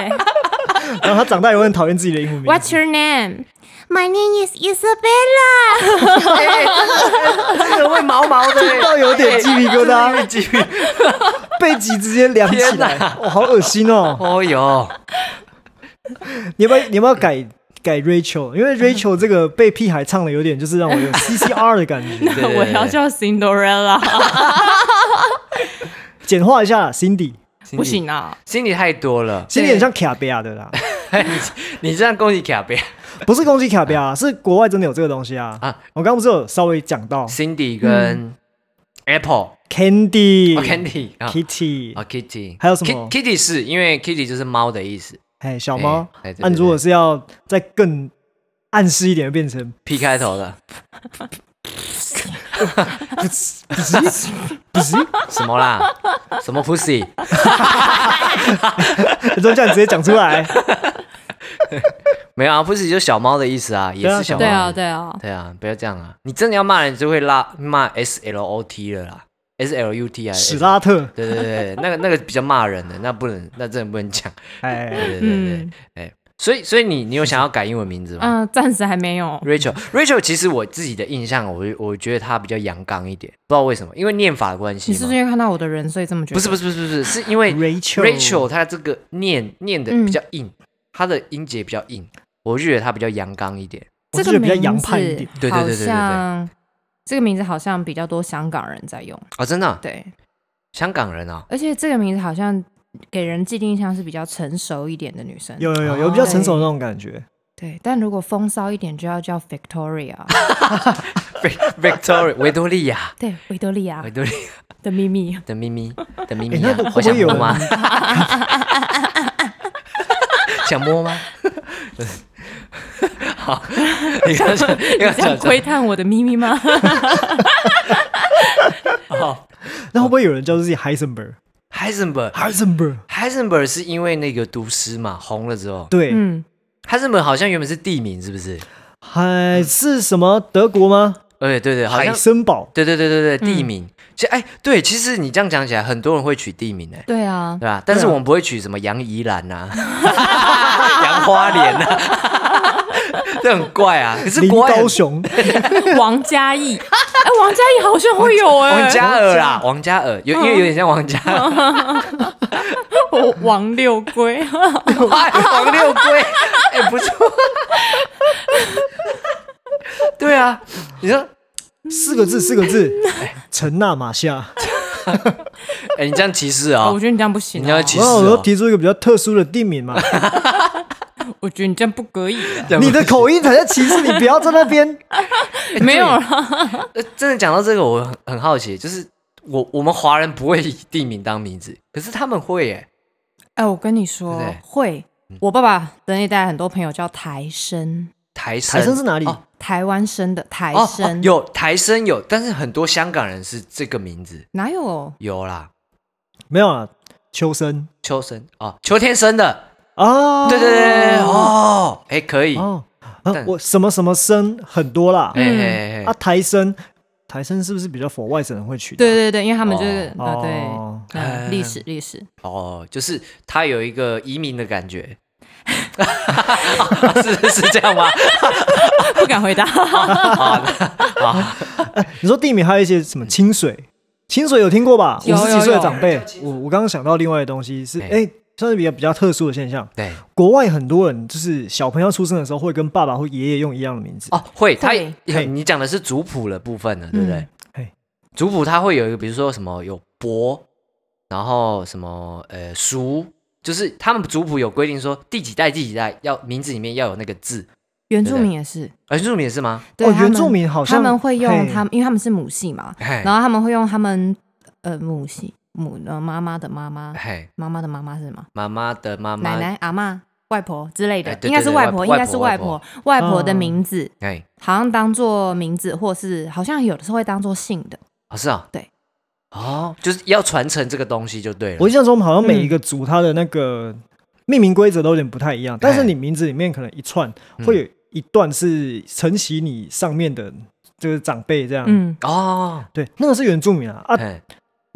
然后他长大以后很讨厌自己的英文名字。
，What's your name? My name is Isabella。
这个会毛毛的，
听到有点鸡皮 疙瘩，
鸡皮。
背脊直接凉起
天
来，
哪
哇，好恶心哦！
哦哟，
你要不要你要不要改改 Rachel？因为 Rachel 这个被屁孩唱的有点就是让我 有 CCR 的感觉。
对对对
我要 叫 Cinderella，
简化一下，Cindy，
心里
不，行啊，
心里太多了。
Cindy 很像卡贝亚的啦，
你你这样恭喜卡贝
不是攻击卡贝亚，是国外真的有这个东西啊。
啊哦
我刚刚不是有稍微讲到
Cindy
嗯
跟 Apple 哦
Candy、
Candy 啊
Kitty，
啊 Kitty，
还有什么
Ki-？Kitty 是因为 Kitty 就是猫的意思，
哎，小猫
哎哎对。对
按如果
对
是要再更暗示一点，变成
P 开头 的
不是不是不 是，
什么啦？什么 Pussy？
你就这样直接讲出
哎
来。
没有啊，Pussy 就是小猫的意思啊，也
对啊
是小
对
猫
对。啊对啊，
对啊，不要这样啊！你真的要骂人，就会拉骂 S L O T 了啦，S L U T 啊，
史拉特，
对对对，那个那个比较骂人的，那不能，那真的不能讲。
哎，
对对对对
嗯
所以所以你你有想要改英文名字吗、
嗯，暂时还没有。
r a c h e l Rachel，其实我自己的印象，我我觉得她比较阳刚一点，不知道为什么，因为念法的关系
你是不是
吗？
因为看到我的人所以这么觉得？
不是不
是，
是不是不是，是因为
Rachel
Rachel 她这个念念的
嗯
比较硬，她的音节比较硬，我就觉得她比较阳刚一点。
我
这
是
个
觉得比较
名字
洋派一点。
对对对
好
对对对
像这个名字好像比较多香港人在用，
哦，真的啊、
对，
香港人啊，
而且这个名字好像给人既定印象是比较成熟一点的女生。
有有有
哦
有比较成熟的那种感觉。
对，但如果风骚一点，就要叫 Victoria，
Victoria 维多利亚，
对，维多利亚
维多利亚
的秘 密。
的咪咪的咪咪
哎，那
啊
会，
我
不
想
会有
摸吗？
人？
想摸吗？ 好，你刚才你刚
你想
才讲
窥探我的秘密 吗？
哦
那会不会有人叫自己 Heisenberg？Heisenberg
，Heisenberg。Heisenberg 是因为那个毒师嘛红了之后
对，
嗯，
，Heisenberg 好像原本是地名，是不是？
海是什么德国吗？
哎，对对，好
海
像
森堡。
对对对对对地名。其实哎，对，其实你这样讲起来，很多人会取地名哎，
对啊
对，吧？但是我们不会取什么杨怡兰呐、 杨花莲呐、 这很怪啊。可是
林
国外很
高雄，
王嘉译，哎，王嘉译好像会有 哎，
王嘉尔啦，王嘉尔
嗯
有因为有点像王嘉尔。
王 王六龟，
嗯
哎黄六龟，哎、不错。 对啊，你说，
四个字，四 个字，陈纳马夏。
哎、你这样歧视啊、
我觉得你这样不行
你要
哦，
起
然后我
是
就
哦
提出一个比较特殊的地名嘛，
我觉得你这样不可以 啊，
对
你的口音才叫歧视，你不要在 那边。
没有
啊
啦，
哎呃真的讲到这个，我很很好奇，就是我我们华人不会以地名当名字，可是他们会耶。
哎，我跟你说
对不对嗯
会，我爸爸的那一代很多朋友叫台生，
台生，
台生是哪里？
哦
台湾生的台
哦哦
生，
有台生有，但是很多香港人是这个名字
哪有？
有啦，
没有啊，秋生
秋生哦，秋天生的，
啊，
对对对对哦，哎、可以，哎
哦，啊
但
我什么什么生很多啦，
哎哎哎
啊，台生，台生是不是比较佛外省人会取的？
对对对，因为他们就是
哦
啊
哦
对嗯，历史历史，
哦，就是他有一个移民的感觉， 是是这样 吗？哦
不敢 回答。
你说地名还有一些什么清水，清水有听过吧？
有
五十几岁
有
的
有
长辈，我我刚刚想到另外的东西是，
哎
哎，算是比较比较特殊的现象。
对
国外很多人就是小朋友出生的时候会跟爸爸或爷爷用一样的名字。
哦，会，他
会
嘿
你讲的是族谱的部分呢，对不对
嗯？
嘿
族谱它会有一个，比如说什么有伯，然后什么呃叔，就是他们族谱有规定说第几代第几代要名字里面要有那个字，
原住民也是，
而原住民也是吗？
对，
哦
他们
原住民好像
他们会用
嘿
他们，因为他们是母系嘛，
嘿
然后他们会用他们呃母系母呃妈妈的妈妈，
嘿，
妈妈的妈妈是什么？
妈妈的妈妈
奶，奶、阿嬷、外婆之类
哎
的，
对
应该是
对对
外
外
婆，
婆
应该是
外
外
婆
婆，外婆
嗯
的名字
哎，
好像当做名字，或是好像有的时候会当做姓的。
哦是啊，
对，
哦，就是要传承这个东西就对了
我。印象中好像每一个族它的那个命名规则都有点不太一样，但是
哎
你名字里面可能一串会有一段是承袭你上面的就是长辈这样。
嗯，
哦，
对，那个是原住民啊啊！
哎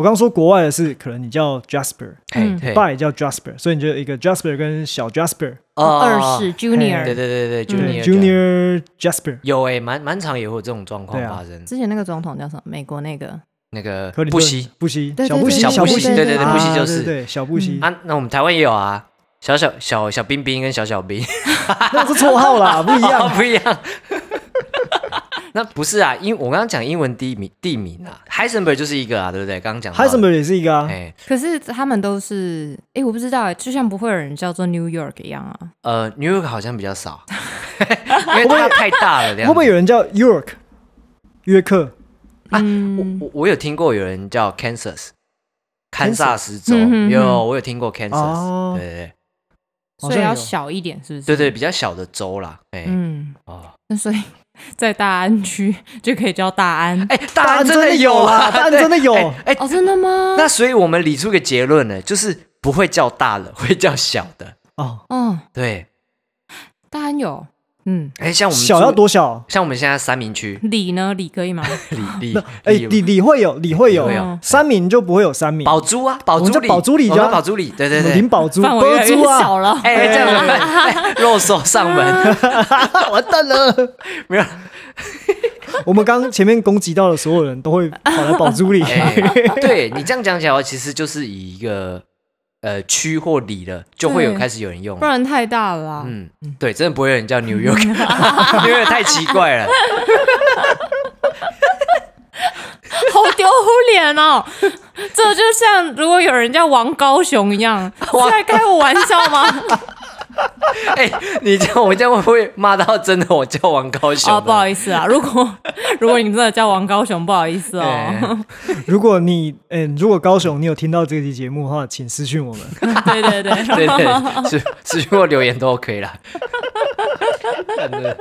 我刚说国外的是，可能你叫 Jasper，
嘿
嗯
嘿，
爸也叫 Jasper，所以你就有一个 Jasper 跟小 Jasper，
哦
二
对
世 Junior，
对对
对
对，Junior
，Junior Jasper，
嗯有哎，蛮蛮常也会有这种状况
对啊
发生。
之前那个总统叫什么？美国那个
那个
克林
不
顿
惜，
布希，
对
小
对
布
对嗯
希，
小
小
布
布
希
希，
对对对
啊
布希就是
对对小布希，
啊，那我们台湾也有啊，小小小小冰冰跟小小冰 啊
那是绰号 啦，不一样。
不一样。那不是啊，因我刚刚讲英文地名地名啊，Heisenberg 就是一个啊，对不对？刚刚讲到的
Heisenberg 也是一个啊，
哎
可是他们都是，哎，我不知道诶，就像不会有人叫做 New York 一样啊。
呃，New York 好像比较少，因为它太大了。这
会
样
不会
子
有人叫 York 约克？
啊
嗯，
我我有听过有人叫 Kansas，堪萨斯州
嗯哼
有
哼
我有听过 Kansas，
哦
对对
好
所以
像
要
有
小一点，是不是？
对对对，
嗯
比较小的州啦，哎
嗯，
哦，
那所以在大安区就可以叫大安。
哎，大安
安
真的
真的有
啊，
啦大安
对
真的有
哎哎，
哦，真的吗？
那所以我们理出个结论呢，就是不会叫大的， 会叫小的。
哦，
哦，
对，
大安有，嗯，
哎，像我们
小
住
要，多小？
像我们现在三明区，
李呢？李可 以吗？
里
那
里
哎，李李会有，李会有
会
有，
三民就不会有三民，
宝珠啊，宝
我们
珠
叫
里，
宝珠里
我
就
们
要
宝珠里，对对
林
对。
宝珠，
范围越
波
来
珠
越小
啊，
了。
哎，这样子哎肉手上门，
完蛋了！
没有，
我们刚前面攻击到的所有人都会跑来宝珠里，
哎，对你这样讲起来，其实就是以一个呃区或里了，就会有
对
开始有人用
不。然太大了啦。
嗯，对，真的不会有人叫 New York，因为太奇怪了。
好丢脸哦！这就像如果有人叫王高雄一 样，是在开我玩笑吗？
哎，你这样我这样会不会骂到真的我叫王高雄
哦，
的？
不好意思啊，如果如果你真的叫王高雄，不好意思哦。
哎
如果你嗯，如果高雄你有听到这期节目的话，请私讯我们。
对对对，
对对，是私信或留言都 OK 啦。看着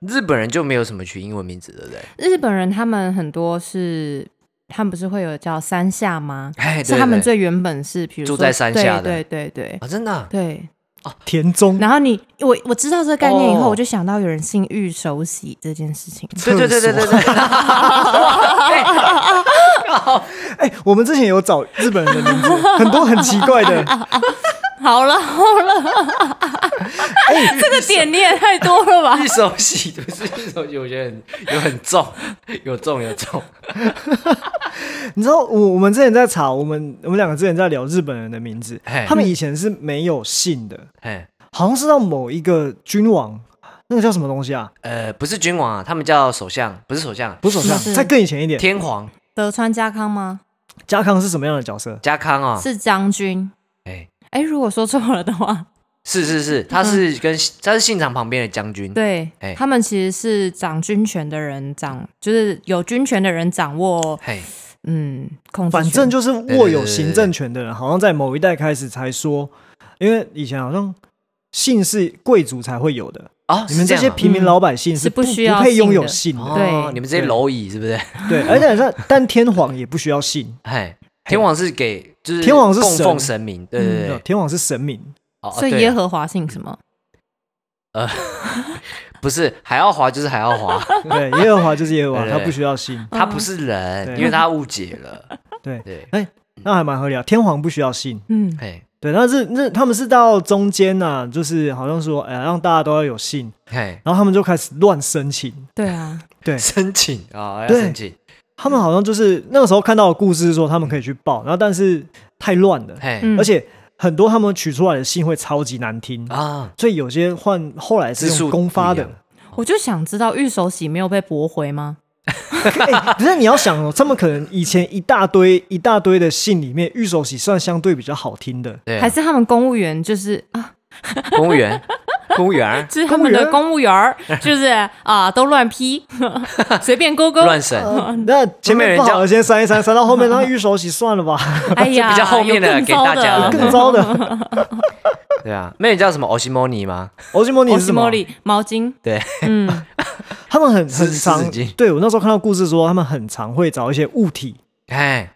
日本人就没有什么取英文名字，对不对？
日本人他们很多是。他们不是会有叫山下吗？
哎，对
是他们
对
最原本是，比如说
住在山下的
对对对
啊，真的啊
对对。
田中，
然后你我我知道这个概念以后，
哦
我就想到有人姓玉手洗这件事情。
对对对对对对，
哎，我们之前有找日本人的名字，很多很奇 怪的。
好了好了，
哎
这个点你也太多了吧？
一手洗不是一手洗，我觉得很有很重，有重有重。
你知道，我我们之前在查，我们我们两个之前在聊日本人的名字
嘿，
他们以前是没有姓的，
哎，
好像是到某一个君王，那个叫什么东西啊？
呃，不是君王啊，他们叫首相，不是首相，
不是首相
不是，
再更以前一点，
天皇
德川家康吗？
家康是什么样的角色？
家康啊，
是将军。
哎，
哎，如果说错了的话，
是是是，
嗯
他是跟他是信长旁边的将军，
对、
哎
他们其实是掌军权的人掌，就是有军权的人掌握，
嘿，
嗯，控制
反
权
正就是握有行政权的人，好像在某一代开始才说，因为以前好像姓是贵族才会有的，
啊，
你
是
们这
样
些
啊
平民老百姓
嗯
是
是不
不
需要
不配拥有
姓
姓的。
哦
对
你们这些蝼蚁是不 是？
对，而且是但天皇也不需要姓，
嘿，天皇是给就是
天皇是
供
神嗯
奉神明，对对对，
天皇是神明，
哦哦
所以
对
耶和华姓什么？
不是海奥华就是海奥 华，
对，耶和华就是耶和华，
对对对
他不需要姓。
他不是人，
对
因为他误解了，
对，
对，
那还蛮合理啊。天皇不需要姓，
嗯，
嘿，
对，但是那他们是到中间呐、就是好像说，哎、让大家都要有姓，
嘿，
然后他们就开始乱申请，
对啊，
申请啊，要
对
申请，
他们好像就是那个时候看到的故事是说他们可以去报，然后但是太乱了，
嘿，
嗯
而且很多他们取出来的信会超级难听，
啊，
所以有些换后来是
字数
用公发的
不一。样
我就想知道玉手洗没有被驳回吗？
哎，不是你要想哦，他们可能以前一大堆一大堆的信里面，玉手洗算相对比较好听的。
对
还
啊，
是他们公务员就是啊，
公务员，公务员 儿
就是他们的公务员儿，就是啊都乱批， 随便勾勾。
乱 审，
呃那前面不好的先删一删，删到后 面让玉手洗算了吧。
哎呀，
比较后面的
有更
给
糟
大
的
家了
更 糟 的，
对啊，妹你叫什么 Oshimoni 吗？
欧西莫尼是什么？
Oshimori 毛巾，
对，
嗯，
他们很
湿
很常
湿纸巾，
对我那时候看到故事说，他们很常会找一些物体
哎，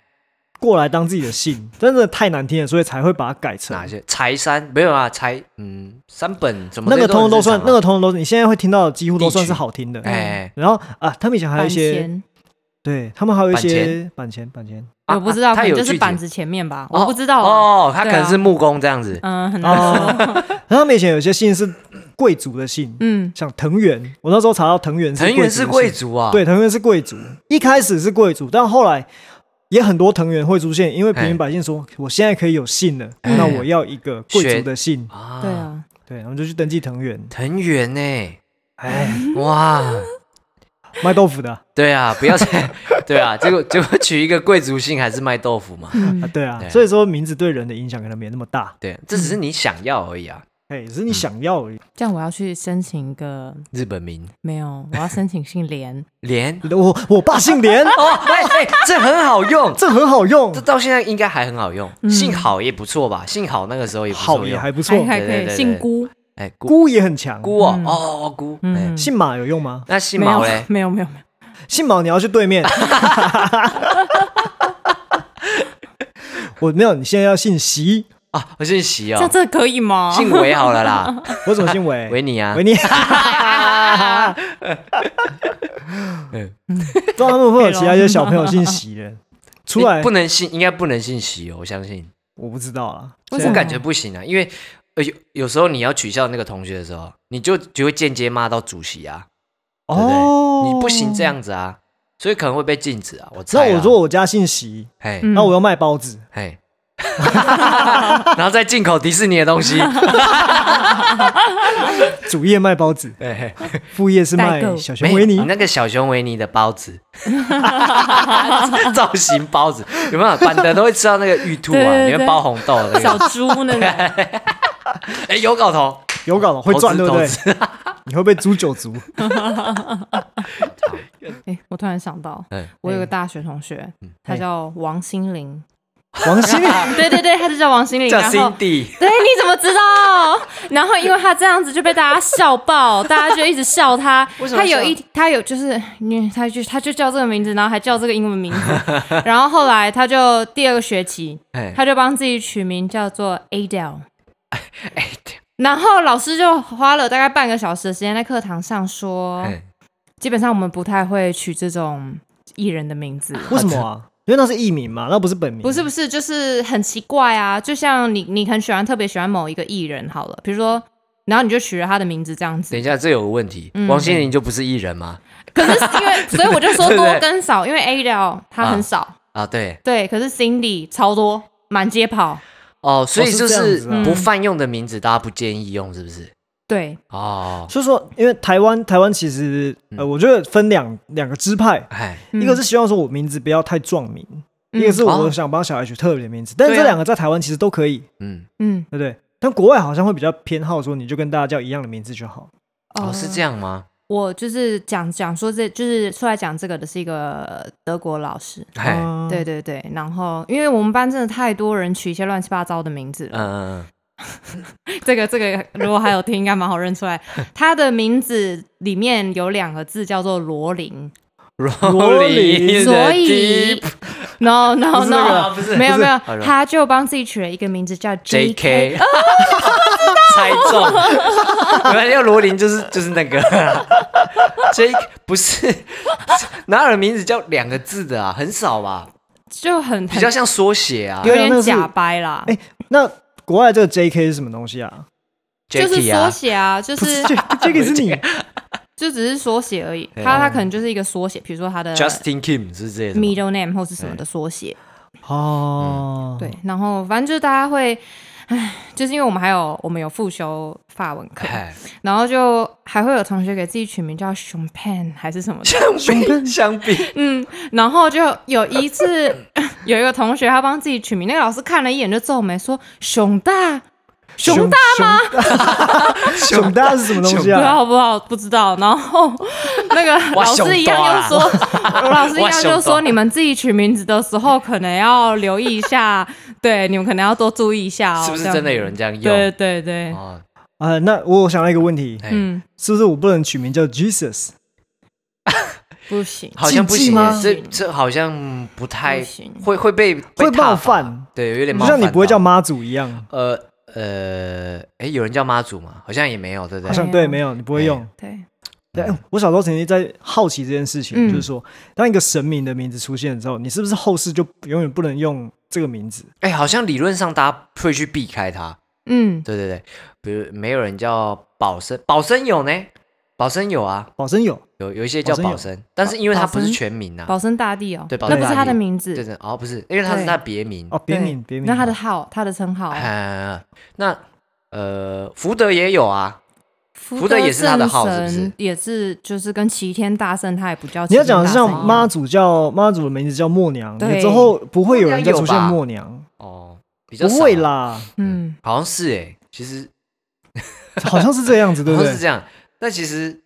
过来当自己的姓，真的太难听了，所以才会把它改成
哪些柴山没有啊？柴嗯，三本什么
那
这
个
些
通通都
很
算
正，
那
常啊
个通通都是你现在会听到的，几乎都算是
地区
好听的。
哎，
然后啊，他们以前还有一
板
些，
前
对他们还有一
板
些板前板 前
啊
哎我不知道，
啊
可
他
能
有
就是
剧
板
情
子前面吧，
哦
我不知道啊，
哦，他可
对
能
啊
是木工这样子，
嗯，很难
哦
说，，
然后他们以前有些姓是贵族的姓，
嗯，
像藤原，我那时候查到藤原是
藤原
族
是
的
贵
姓，
族啊，
对，藤原是贵族，一开始是贵族，但后来。也很多藤原会出现，因为平民
哎
百姓说，我现在可以有姓了，那我要一个贵族的姓，
啊
对，啊，
对，然后就去登记藤原，
藤原呢，
哎，
哇，
卖豆腐 的啊，
对啊，不要再 对啊，结果结果取一个贵族姓还是卖豆腐嘛，
嗯
对啊，
对
所以说名字对人的影响可能没那么大，
对，啊这只是你想要而已啊，
哎，只是你想要而已。
这样我要去申请一个
日本名
没有，我要申请姓连，
连
嗯
我我爸姓连，
哦，哎哎，这很好用，
这很好用
这，到现在应该还很好用，
嗯
幸好也不错吧，幸好那个时候也不
好
错
也
用，
还不错
还。还可
对对
以
对
姓
对
辜，
哎姑
姑也很强，
姑哦
嗯
哦姑，哎
嗯，
姓马有用吗？
那姓
没有
毛嘞，
没有没有没有，
姓毛你要去对面。 我没有，你现在要姓席，
啊，我姓席
这样
哦，
这可以吗？
姓韦好了啦，
我怎么 姓韦？
维尼啊
维，尼。
嗯
不知道他们会有其他一些小朋友姓 席的，出来
不能姓，应该不能姓席哦，我相信。
我不知道啊。
为什
我
么
感觉不行啊，因为呃有有时候你要取笑那个同学的时候，你就就会间接骂到主席啊，
哦
对不对？你不行这。样子啊，所以可能会被禁止啊。我猜、啊。
那我如果我家姓席，
嘿，
嗯
那我要卖包子，
嘿， 然后再进口迪士尼的东西，
主业卖包子，
嘿嘿
副业是卖
代购
小熊维尼
没有。那个小熊维尼的包子， 造型包子有没有？板德都会吃到那个玉兔
对
啊，
对
里面
对
包红豆的那
小
个，
猪那个，
哎，有搞头，
有搞头会赚，
投
对
资
不对
投？资
你会被猪九 族？
哎，我突然想到
哎，
我有个大学同学，他叫王心凌，
王心凌，
对对对，他就叫王心凌，
叫
然后
Cindy，
对，你怎么知道？ 然后因为他这样子就被大家笑爆，大家就一直笑他。
为什么
他有
笑
一他有就是，因为他就他就叫这个名字，然后还叫这个英文名字。 然后后来他就第二个学期，
哎
他就帮自己取名叫做 Adele。
哎
然后老师就花了大概半个小时的时间在课堂上说，
哎，
基本上我们不太会取这种艺人的名字。
为什么啊？因为那是艺名嘛，那不是本名。
不
嗯
是不是，就是很奇怪啊！就像你，你很喜欢，特别喜欢某一个艺人，好了，比如说，然后你就取了他的名字这样子
等一，下，这有个问题，
嗯
王心凌就不是艺人吗？
可是因 为，所以我就说
对不对
多跟少，因为 Adele 他很少，
啊，对，
对，可是 Cindy 超多，满街跑，
哦，所以
是
就
这样
是
子啊
不泛用的名字，大家不建议用，是不是？
对，
哦，
所以说，因为台湾台湾其实
嗯
呃，我觉得分两两个支派，
哎，
一个是希望说我名字不要太撞名，一个是
哦
我想帮小孩取特别的名字，但是
对啊
这两个在台湾其实都可以，
嗯，
嗯，
对不对？但国外好像会比较偏好说，你就跟大家叫一样的名字就好。
哦，是这
样。
样吗？
呃我就是讲讲说这就是出来讲这个的是一个德国老师，
哎，嗯
啊
对，对对，然后因为我们班真的太多人取一些乱七八糟的名字了，
嗯，嗯
这个这个，如果还有听，应该蛮好认 出来。他的名字里面有两个字叫做罗琳，
罗琳，
所以 no no
不是那个
no，
啊不是
没有没有
好，的
他就帮自己取了一个名字叫
J
J.K.
K，猜中，原来要罗琳就是 就是那个 J，不是哪有人名字叫两个字的啊？很少吧，
就很
比
很
较像缩写啊
有
对啊那
点
是
假掰啦
哎，那国外这个 J K 是什么东西啊？
就
，J
是
K
缩
啊，
写啊，就
不是
是
J J K 是你
就只是缩写而已。
对
他他可能就是一个缩写，比如说他的
哎 Justin 哎 Kim 是这种，
middle name 或是什么的缩写。
哦，
对，然后反正就是大家会。就是因为我们还有我们有复修法文课，
哎，
然后就还会有同学给自己取名叫熊 pen 还是什么的，
相比相比，
嗯，然后就有一次 有一个同学他帮自己取名，那个老师看了一眼就皱眉说熊大。熊大
吗？ 熊大是什么东西
不
啊？
好不好不知道，然后那个
哇啊
老师一样又说， 老师一
哇
样就
熊大
说你们自己取名字的时候可能要留意一 下，对，你们可能要多注意一下哦。
是不是
这样
真的有人这样用？
对对对，
哦，
啊，那我想到一个问题，
哎
嗯，
是不是我不能取名叫 Jesus？
不行，
好像不
禁忌
行
吗，
这这好像不太
不行
会会被
会冒，
被踏伐
犯，
对，有点
就
冒犯
像
到。
你不会叫妈祖一样，
呃呃，哎，有人叫妈祖吗？好像也没有，对不
好
对？
像对，没有，你不会用。
对，
对，哎我小时候曾经在好奇这件事情，
嗯
就是说，当一个神明的名字出现之后，你是不是后世就永远不能用这个名字？
哎，好像理论上大家会去避开它。
嗯，
对对对，比如没有人叫宝生，宝生有呢，宝生有啊，
保真有，
有有一些叫
宝生有
宝生，但是因为它
宝
不是
生
全名啊，
保生大帝哦，
对保
那
生
不是
大
他
帝
的名
对
字，
对哦，不是，因为它是它别名
哦，别
对
名别名。
那他的号，他的称号，
啊，那呃，福德也有啊，
福
福德也是他的号是不是
正神也是就是跟齐天大圣，他也不叫齐
你要
天大
讲
圣一样。
的是像妈祖叫妈祖的名字叫默娘，
对
你之后不会有人再出
默娘有
现
吧
默娘，
哦，比较
不
少
会
啊，
啦，
嗯，
好像是哎，其实
好像是这样 子，对
好
不
像是
对？
这样，但其实。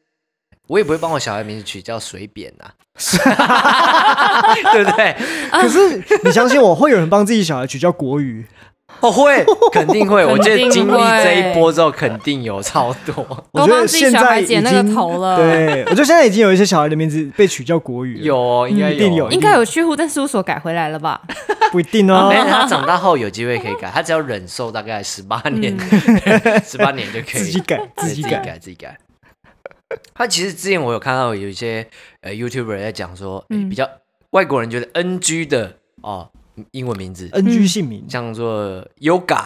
我也不会帮我小孩名字取叫水扁 呐、对不对？
可是你相信我，会有人帮自己小孩取叫国语，
我哦 会，肯定会。我觉
肯定
得经历
会
这一波之后，肯定有超 多。
我
都
觉
帮
得
自己
现
小
在
孩
已
剪
经
那个头了，，
对，我觉得现在已经有一些小孩的名字被取叫国语了，
有哦，应该
一定
有
有
应该有去户政事务所改回来了吧？
不一定哦
没。有，他长大后有机会可以改，他只要忍受大概十八年， 十八、年就可以
嗯自己改
对
自
自
己改
改，自己改。他其实之前我有看到有一些呃 YouTuber 在讲说，诶
嗯
比较外国人觉得 NG 的哦英文名字，
嗯
NG 姓名
像做 Yoga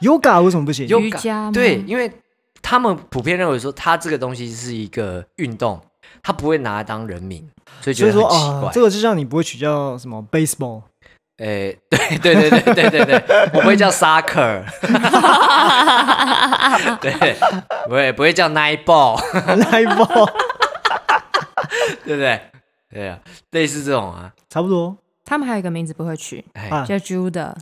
，Yoga 为什么不行？
Yoga
瑜伽吗
对，因为他们普遍认为说他这个东西是一个运动，他不会拿来当人名，所以觉
所以
得很
说
奇
啊，
怪
这。个就像你不会取叫什么 baseball，
诶，对对对对对对对，我不会叫 soccer，对，不会不会叫 night ball，
来 ball，
对不对？对啊，类似这种啊，
差不多。
他们还有一个名字不会取，
哎
啊
叫 Jude。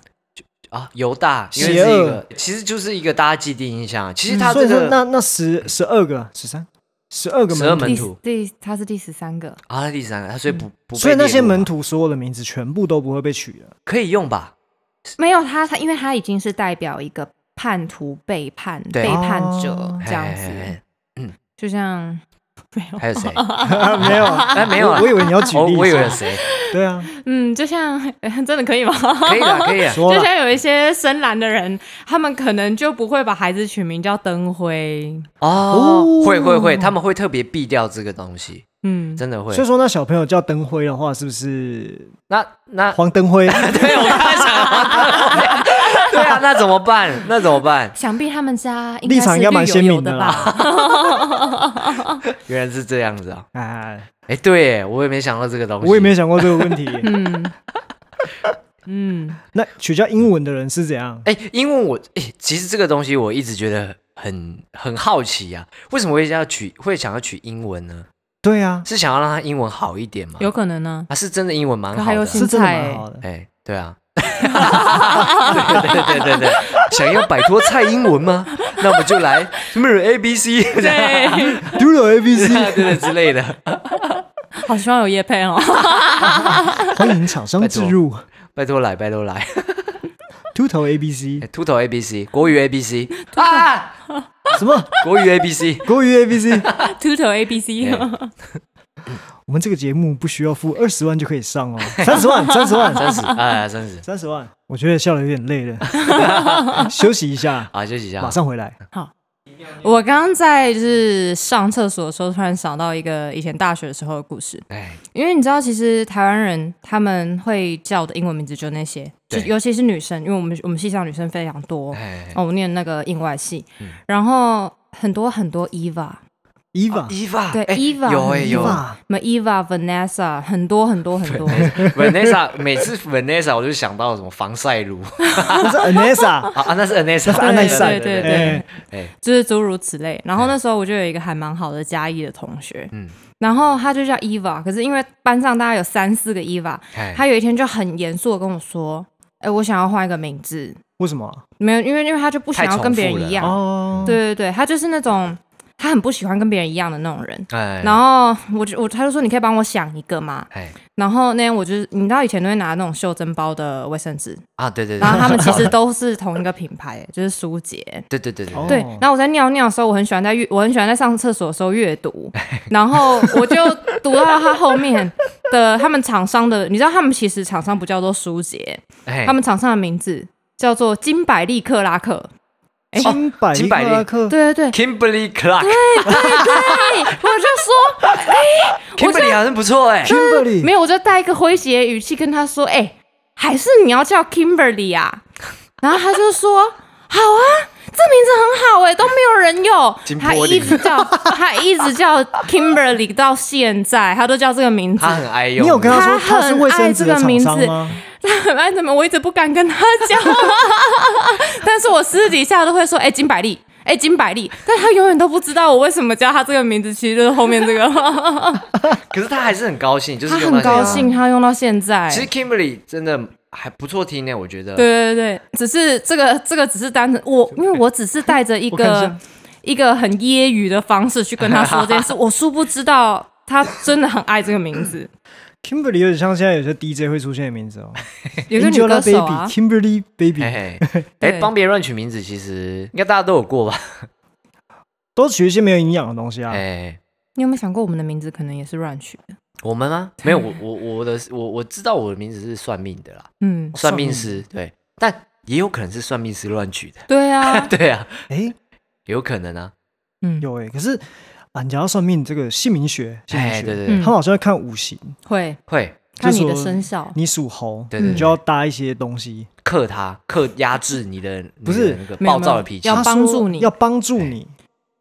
啊，犹大，因为
邪
是一
恶
个，其实就是一个大家既定印象。其实他
所
这
以说，
个
那那十十二个、啊十三、十二个
十二
门
门
徒，
第
徒
第他是第十三个，
啊，他第三个，他所以不不被
所以那
列入
些
啊嘛
门徒所有的名字全部都不会被取了。
可以用吧？
没有他他，因为他已经是代表一个叛徒、背叛、
对
背叛者
哦
这样子，
哎
就像 没有，
还有谁？
没有，
哎，没有
我
啊
我，以为你要举
我
例，
我以为有谁？
对啊，
嗯，就像 真的可以吗？
可以的，可以的。啊
说
就
了
像有一些深蓝的人，他们可能就不会把孩子取名叫灯辉，
哦
哦，
会会会，他们会特别避掉这个东西，
嗯，
真的会
所。以说那小朋友叫灯辉的话，是不是
那那
黄灯 辉？
对，啊我刚才想到，对啊，那怎么办？那怎么办？
想必他们家应该
立场
是
应该蛮
绿油
鲜
油
明的
的
啦
吧？
原来是这样子啊！
哎，
哎，对耶，我也没想到这个东西，
我也没想过这个问题。
嗯嗯，
那取叫英文的人是怎样？
哎，因为我哎，其实这个东西我一直觉得很很好奇呀、啊，为什么会要取会想要取英文呢？
对啊，
是想要让它英文好一点吗？
有可能呢。
啊，是真的英文蛮
可
好
还
的
有
啊，
是真的蛮
青菜
好的。
哎，对啊。 对对对对对，想要摆脱蔡英文吗？那我们就来什么 A B C
对，
Do the A B
对
C，
对之类的。
好希望有叶配哦。
欢迎厂商置入。
拜托来，拜托来，
秃头 A B C，
哎秃头 A B C，国语 A B C 啊，
什么
国语 A B C，
国语 A B C？
秃头 A B C，
我们这个节目不需要付二十万就可以上哦，三十万，三十万，
三十哎，三十，
三十万。我觉得笑的有点累了， 休息一下，
好，休息一下
马。上回来。
我刚刚在就是上厕所的时候，突然想到一个以前大学的时候的故事，
哎，
因为你知道，其实台湾人他们会叫的英文名字就那些，就
对
尤其是女生，因为我们我们系上女生非常多，
哎，嗯
哦，我念那个印外系，然后很多很多 Eva，
Eva，
伊娃，
对
啊哎
Eva
有哎、有
Eva
什么 Eva、Vanessa 很多很多很多，
哎 Vanessa，每次 Vanessa 我就想到什么防晒乳
不是 Anessa，
啊啊，那是 Vanessa，
安耐晒
对对对
哎，
哎，
就是诸如此类。然后那时候我就有一个还蛮好的嘉义的同学，
嗯
然后他就叫 Eva，可是因为班上大概有三四个 Eva，
哎
他有一天就很严肃的跟我说：“哎、我想要换一个名字。
为什么啊？”
没有，因为因为他就不想要跟别人一样，
哦，
对啊对对，他就是那种他很不喜欢跟别人一样的那种人。
哎，
然后我就我他就说你可以帮我想一个嘛，
哎
然后那天我就是你知道以前都会拿那种袖珍包的卫生纸，
啊，对对对，
然后他们其实都是同一个品牌， 就是舒洁。
对对对对
哦
对，
对，然后我在尿尿的时候，我很喜欢在阅，我很喜欢在上厕所的时候 阅读，然后我就读到他后面的他们厂商的，你知道他们其实厂商不叫做舒洁，
哎
他们厂商的名字叫做金百利克拉克。哎
金百
金百利
克克，
对 对对，
Kimberly Clark。
对，我就说
Kimberly 好像不错哎、
Kimberly，
没有，我就带一个诙谐语气跟他说，哎、还是你要叫 Kimberly 啊？ 然后他就说，好啊，这名字很好哎、都没有人
金
有。他
波利
一直叫， 他一直叫 Kimberly 到现在，他都叫这个名字
他。很爱用。
你有跟他
他
说他是
很
卫生
爱
纸
这
的
个
厂
名
商
字
吗？
他很爱怎么，我一直不敢跟他讲， 但是我私底下都会说，哎、金百利。哎、金百利，但他永远都不知道我为什么叫他这个名字，其实就是后面这 个。
啊可是他还是很高兴，就是
他
用到现
很
在
高。兴，他用到现在。
其实 Kimberly 真的还不错听呢、我觉得。
哎对对对，只是这个这个只是单纯 我，因为我只是带着一
我看一
个
下
一个很揶揄的方式去跟他说这件 事，我殊不知道他真的很爱这个名字，
Kimberly 有点像现在有些 DJ 会出现的名字哦，
有一个女歌手啊
Baby，Kimberly Baby，
嘿嘿，哎，
对
帮别人乱取名字，其实应该大家都有过吧？
都取一些没有营养的东西啊。
哎，
你有没有想过我们的名字可能也是乱取的？
我们吗？没有，我我我的我我知道我的名字是算命的啦，
哎
嗯，
算命师对，但也有可能是算命师乱取的。，
对啊
对啊，
哎，
有可能啊。
嗯，
有哎，可是啊，你讲到算命这个姓名学，姓名
哎，
学，
对对
他
对
嗯，
们好像会看五行，
会
会
看你
就
的
说
生肖，
你属猴，
对对
嗯
你就要搭一些东西，
克他克压制你的
不是
你的那个
没有
暴躁的脾气
要。
他说
帮助你嗯
要帮助你，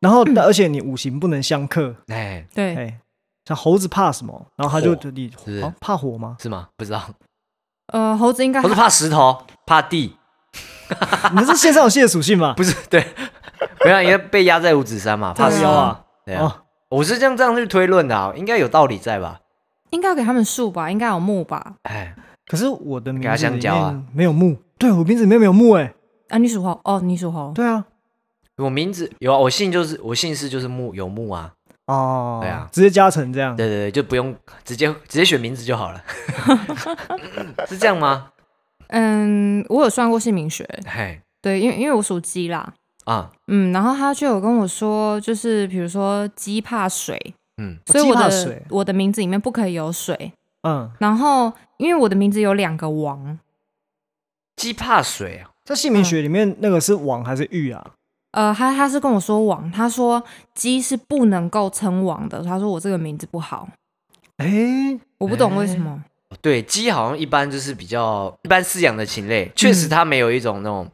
然后而且你五行不能相克，
哎，
对，
哎，像猴子怕什么，然后他就
火
你
不是？
啊怕火吗
是吗？不知 道，
呃，猴子应该
我是怕石头，怕地，
你这是线上游戏的属性吧？
不是对， 没有，因为被压在五指山嘛，怕
对啊
烧啊。对啊，
哦，
我是这样这样去推论的、啊，应该有道理在吧？
应该要给他们树吧，应该有木吧？
哎，
可是我的名
给他
字
香
里
蕉啊
面没有木，对我名字里面没有木，哎，
啊，你属猴哦，你属猴，
对啊，
我名字有啊，我姓就是我姓氏就是木有木啊，
哦，
对啊
直接加成这样，
对对对，就不用直接直接选名字就好了， 是这样吗？
嗯，我有算过姓名学，
哎
对，因为因为我属鸡啦，
啊，
嗯，然后他就有跟我说，就是比如说鸡怕水，
嗯，
所以我
鸡怕
的
水
我的名字里面不可以有水。
嗯，
然后因为我的名字有两个王，
鸡怕水啊，
在姓名学里面那个是王还是玉啊？
呃，他他是跟我说王，他说鸡是不能够称王的，他说我这个名字不好，
哎，
嗯
我不懂为什么。
对，鸡好像一般就是比较一般饲养的禽类，确实它没有一种那种
嗯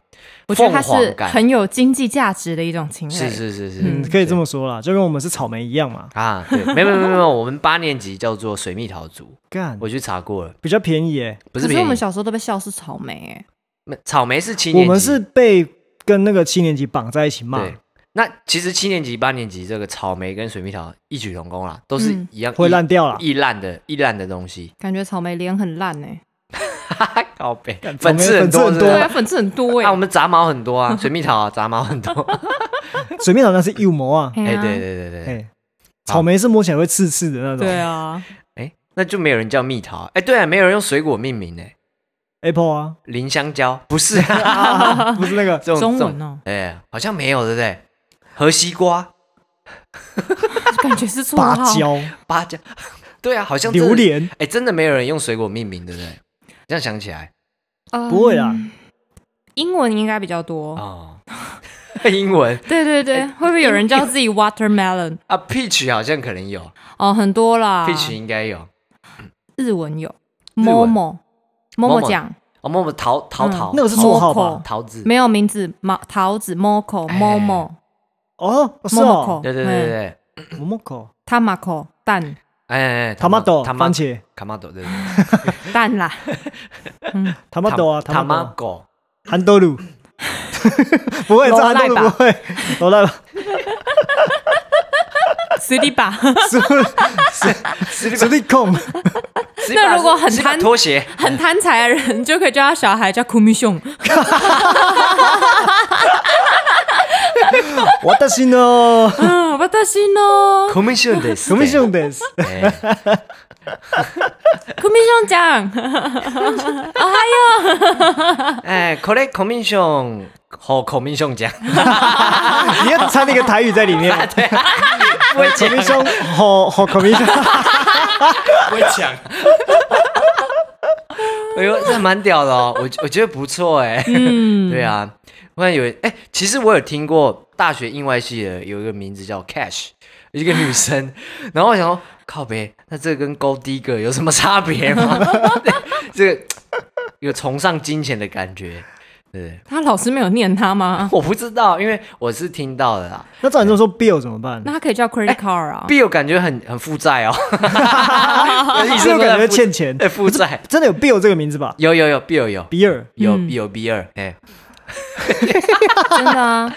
我觉得
凤
它
凰
是
感，
很有经济价值的一种情
是
类，
是是是
嗯，可以这么说啦，就跟我们是草莓一样嘛，
啊，对，没有没有没有没有，我们八年级叫做水蜜桃族，
干
我去查过了，
比较便宜哎，
不是
可是我
便宜
们，小时候都被笑是草莓、欸，
没草莓是七
我
年级，
们是被跟那个七年级绑在一起骂，
对，那其实七年级、八年级这个草莓跟水蜜桃异曲同工啦，都是
嗯
一样、
会烂掉啦。
易烂的易烂的东西。
感觉草莓脸很烂哎、
靠北，
干
粉刺很多
草
是不
莓粉刺
对
很
是
啊，？粉刺很多哎、
那、
欸，
我们杂毛很多 啊，水蜜桃啊杂毛很多。
水蜜桃那是幼魔 啊，
哎、
嘿啊
对对对对对，
哎，草莓是摸起来会刺刺的那种
对啊，
哎、那就没有人叫蜜桃、哎、对啊，没有人用水果命名呢、
，Apple 啊，
林香蕉不是、啊、
啊不是那个
这种
中
这种
文哦、
哎、好像没有，对不对？和西瓜、
感觉是绰
芭
号。
蕉、
芭蕉， 对啊，好像真的
榴，
嗯
莲，
哎、真的没有人用水果命名，对不对？这样想起来
嗯
不会啦，啊
英文应该比较多。
哦， 哎英文
对对对，会不会有人叫自己 watermelon？
啊，peach 好像可能有。
哦，很多啦。
Peach 应该有
日文有
文
momo
Momo
momo 酱，
哦，默默桃桃
嗯
桃，
那个是绰号
Moco
吧？
桃子，
没有名字，毛桃子 moco
哎
momo
哦，是哦
momo
对对对对对，
某某口
Tamako 蛋
哎哎哎，
塔玛豆番
Tama-
茄
Tamago，对对
蛋啦，嗯，
塔玛
对，
豆啊塔玛豆
Tamago，
韩德鲁， 不会这
罗
韩德
赖
鲁不
吧
会，罗赖 吧，
实力吧。
是
实力
是力控，
那如果很贪
拖 鞋，
很贪财的人就可以叫他小孩叫 k u m i s h o n
我的心哦，
嗯，私の
c o m m i s s i o n です。
什么兄弟？
哎
k u m i s h o n 酱，
哎，これ commission 和 commission 讲，
你要掺那个台语 在里面。
不会
口
讲
明，兄，好好口明兄，
不会讲。 哎呦，这蛮屌的哦，我我觉得不错哎。
嗯，
对啊，我看有哎、其实我有听过大学英外系的有一个名字叫 Cash，一个女生， 然后我想说靠北，那这跟 Gold Digger 有什么差别吗？ 对这个有崇尚金钱的感觉，对。
他老师没有念他吗？
我不知道，因为我是听到的啦。
那照你这么说，Bill 怎么办
那他可以叫
哎
credit card 啊。
Bill 感觉很很负 债哦，医
？Bill
生
感觉
在负
欠钱，
哎负债，
真的有 Bill 这个名字吧
有有有 Bill 有
？Bill，
有
嗯
有 B 二，哎，
真的啊，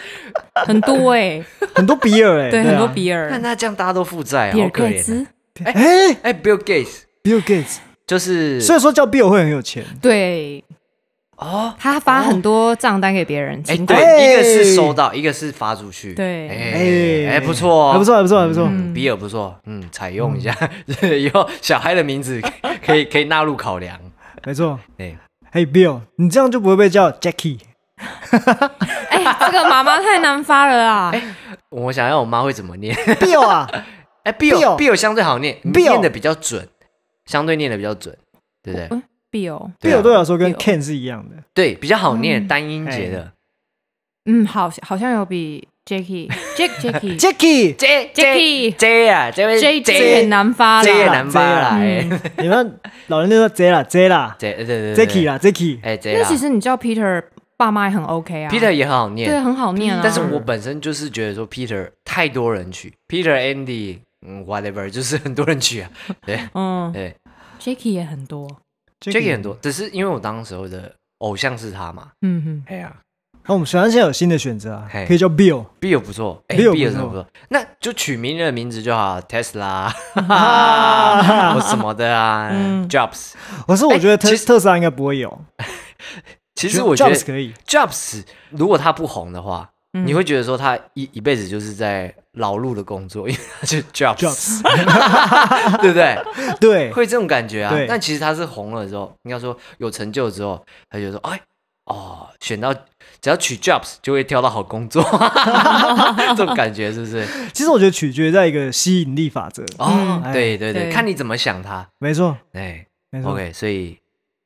很多哎、
很多 Bill 哎，
对，
啊
很多比尔，
看那这样大家都负债，
比
好
尔
可
盖
怜啊。
茨，
哎
哎，Bill Gates
，Bill Gates，
就是
所以说叫 Bill 会很有钱，
对
哦，
他发很多账单给别人，
哎，
请
对，
款
哎
一个是收到，一个是发出去。
对
哎，哎，不错，
还不，错，还不错，还不嗯错。
嗯
比尔不错，嗯，采用一下， 以后小孩的名字 可以可以可以纳入考量。
没错。
哎，
嘿、Bill，你这样就不会被叫 Jackie。
哎、这个妈妈太难发了啊！
哎我想要我妈会怎么念？
Bill 啊，
哎，Bill
Bill
Bill 相对好念
Bill
念的比较准，相对念的比较准，对不对？
嗯，Bill，
对
Bill
啊
对我来说跟
Bill
Ken 是一样的。
对，比较好念
嗯
单音节的。
嗯，好，好像有比 Jackie、Jack、Jackie、
Jackie，
J
Jackie
J 啊，这位
J
J
J 很难发
J 也
啦。
难发啦，哎
嗯
你们老人就说 J 啦，J 啦
J 对对对
，Jackie
啦，
啦，Jackie。
哎 J
因为
啦
其实你叫 Peter，爸妈也很 OK 啊。
，Peter 也很好
对，
念，
很好念啊。
但是我本身就是觉得说 Peter 太多人取，Peter Andy 嗯 whatever 就是很多人 取啊，
嗯
对
，Jackie 也很多。
，Jackie 很多，只是因为我当时候的偶像是他嘛，
嗯嗯，
哎呀
那我们学校现在有新的选择啊
嘿，
可以叫 Bill。
，Bill 不错，哎
Bill
，Bill
不
真的
错
不错，那就取名人的名字就好，Tesla
啊
或什么的啊
嗯
，Jobs，
可是我觉得特
哎其实
特斯拉应该不会有，
其实我觉得
Jobs 可以。
Jobs 如果他不红的话，
嗯
你会觉得说他一一辈子就是在劳碌的工作，因 为他是 Jobs，,
Jobs
对不对？
对，
会这种感觉啊
对。
但其实他是红了之后，应该说有成就之后，他就说，哎，哦，选到只要取 Jobs 就会挑到好工作， 这种感觉是不是？
其实我觉得取决在一个吸引力法则。
哦，
嗯
对对对，
对
看你怎么想他。
没错，
哎
没错。
，OK，所以。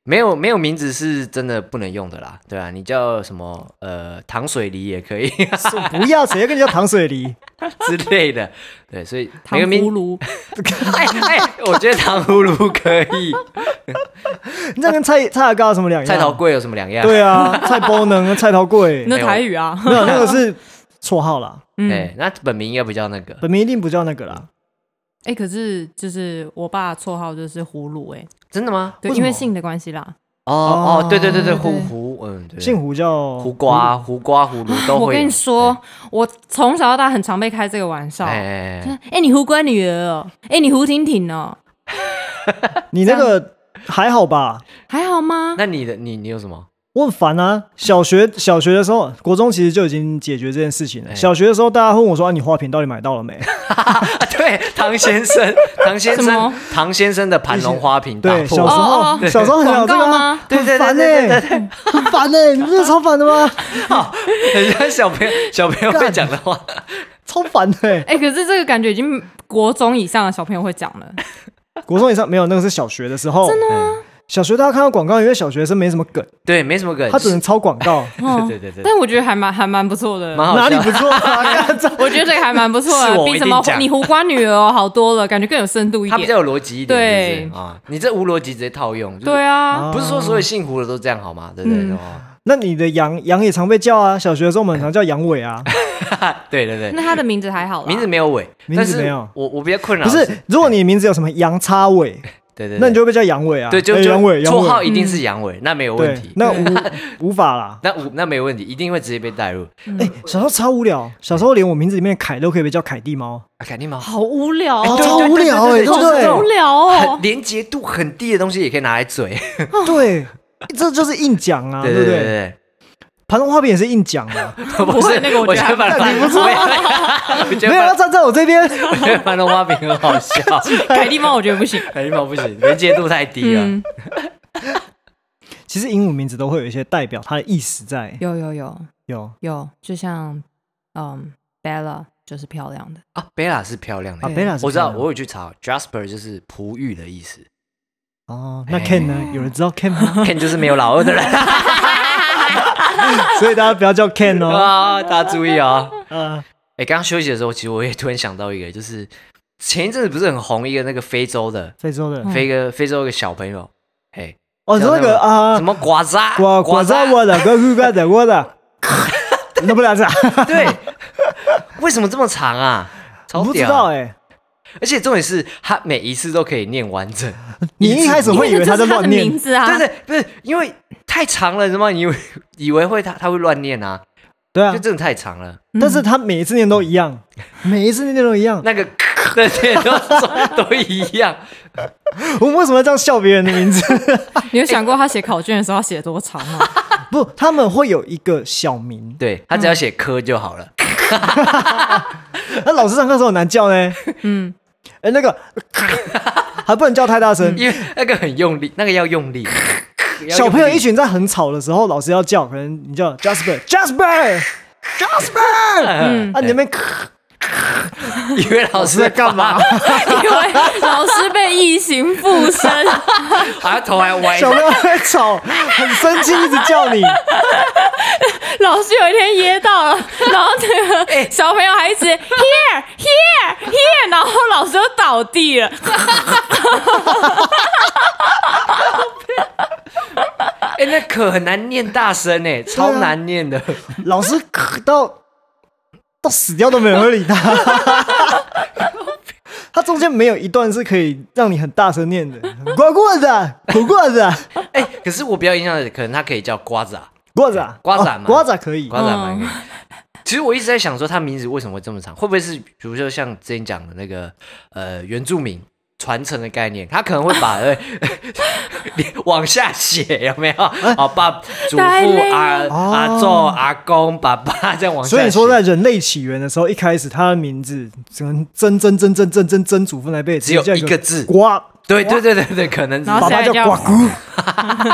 没有没有名字是真的不能用的啦，对啊，你叫什么呃糖水梨也可以，
不要，谁要跟你叫糖水梨？
之类的，对，所以
糖
每个
葫
名，
芦，
哎哎，我觉得糖葫芦可以，
你这样跟菜菜牙膏有什么两样？
菜头贵有什么两样？
对啊，菜 包能、菜头贵，
那台语啊。
没有那个是绰号啦，
嗯，
哎，那本名应该不叫那个
本名一定不叫那个啦。
哎，可是就是我爸绰号就是葫芦，哎，
真的吗？
对，
为什
因为
么
姓的关系啦。
哦
哦
哦，对对对对，
对
胡
对
胡，嗯，对，
姓胡叫
胡瓜、胡瓜、葫芦都
我
会有。
跟你说，我从小到大很常被开这个玩笑。
哎，
哎、
哎哎，哎
你胡乖女儿哦，哎、你胡婷婷哦，
你那个还好吧？
还好吗？
那你的你你有什么？
我很烦啊！小学小学的时候，国中其实就已经解决这件事情
哎
了。小学的时候，大家问我说：“啊，你花瓶到底买到 了没
啊对，唐先生，唐先
什么
生，唐先生的盘龙花瓶？”打
对，小时
破，
哦哦
候
哦
小时候很有这个
广告
啊
吗，
对对对
很烦
对对
呢，
对
很烦欸呢，你不是超烦的吗？
对，人家小朋友 小朋友会讲的话，
超烦的欸。
哎、可是这个感觉已经国中以上的小朋友会讲了，
国中以上没有，那个是小学的时候。真的
嗯
小学大家看到广告，因为小学生没什么梗，
对，没什么梗，
他只能抄广告，
哦
对对对对
但我觉得还蛮还蛮不错的。
蛮好
哪里
笑
不错啊？ 干这
我觉得这个还蛮不错
是
的，
我
比
一
什
定
么
讲
你胡瓜女儿哦好多了，感觉更有深度一
他比
点。
较有逻辑一点，
对
哦是不是啊？你这无逻辑直接套用，就是
对
嗯
啊，
不是说所有姓胡的都这样好吗？对不对？哦
那你的羊羊也常被叫啊，小学的时候我们很常叫羊 尾啊，
对对对，
那他的名字还好 啦，
名字没有尾，
名字
但是
没有
我我比较困扰
不是？如果你的名字有什么羊叉尾，
对对，对
那你就会被叫羊尾啊，
对就
哎
就
羊尾，羊
绰号
尾，
一定是阳痿，那没有问
嗯对
题，，
那无无法啦。
那无那没有问题，一定会直接被带入。
哎，小时候超无聊，小时候连我名字里面的凯都可以被叫凯蒂猫，
啊，凯蒂猫，
好无聊
哦
哦，
超无聊哎，
对
对不
对对
好无
对？
聊哦
很。连结度很低的东西也可以拿来嘴，
对，这就是硬讲啊，
对
对不
对
对？
对
盘中花饼也是硬 讲啊，
对，不是
那个我
我
觉得
得
还
反
不错啊
我也我觉
没有要
得
站在我这边。
我觉得反动花饼很好笑，
凯蒂猫我觉得不行，
凯蒂猫不行，连结度太低啊了。
嗯，
其实英文名字都会有一些代表它的意思在，
有有有
有
有，就像嗯，Bella 就是漂亮的，
啊，贝拉是漂亮
啊
的，
对
，Bella 是
我知道，
这样
我有去查，Jasper 就是璞玉的意思
哦。那 Ken 呢？有人知道 Ken 吗？
，Ken 就是没有老二的人
所以大家不要叫 Ken 哦。
啊，大家注意哦。
呃，
哎，刚刚休息的时候，其实我也突然想到一个，就是前一阵子不是很红一个那个非洲的，
非洲的
嗯
非个非洲一个小朋友，哎，
哦，
叫
那个啊
什，么瓜子啊，
瓜瓜
子
在
啊，
我的，瓜瓜在我的，那不了咋？
对，为什么这么长 啊？超
不知
屌！
道哎，
而且重点是他每一次都可以念完整，
哎你一开 始
我
会以为他在
这是他
乱
的名
念，
字啊，
对对，不是因为太长了，你知道吗？你以为 以为会他他会乱念啊？
对啊
就，真的太长了，
但是他每一次念都一样，每一次念都一样。
那个 的念都都一样。
我们为什么要这样笑别人的名字？
你有想过他写考卷的时候写多长吗？
不，他们会有一个小名。
对他只要写科就好了，
那老师上课的时候很难叫呢。
嗯，
哎，那个还不能叫太大声，
因为那个很用力，那个要用力。要用力
小朋友一群在很吵的时候，老师要叫，可能你叫 Jasper，Jasper，
嗯
啊，你 那边咳
以为老师在干嘛？
因为老师被异形附身，
好像头还歪
小朋友在吵，很生气，一直叫你，
老师有一天噎到了，然后 那
哎
个小朋友还一直 here here here，然后老师就倒地了。
哎、那可很难念大声哎、
啊
超难念的。
老师咳到到死掉都没有人会理他。他中间没有一段是可以让你很大声念的，果果子，果果子，
哎、可是我比较印象的，可能他可以叫瓜子啊，
瓜子，
瓜子
哦
嘛
瓜子可以，
瓜子还蛮可以。其实我一直在想说，他名字为什么会这么长？会不会是比如说像之前讲的那个呃原住民传承的概念，他可能会 把呃 往下写，有没有？
啊
哦，爸、祖
太累
父、
了
阿阿祖、
哦
阿公、爸爸这样往下写。
所以说，在人类起源的时候，一开始他的名字只能曾曾曾曾曾曾曾祖父那辈
只有
直接叫
一个字
瓜，
对对对对对，可能是
然后
爸爸叫瓜姑，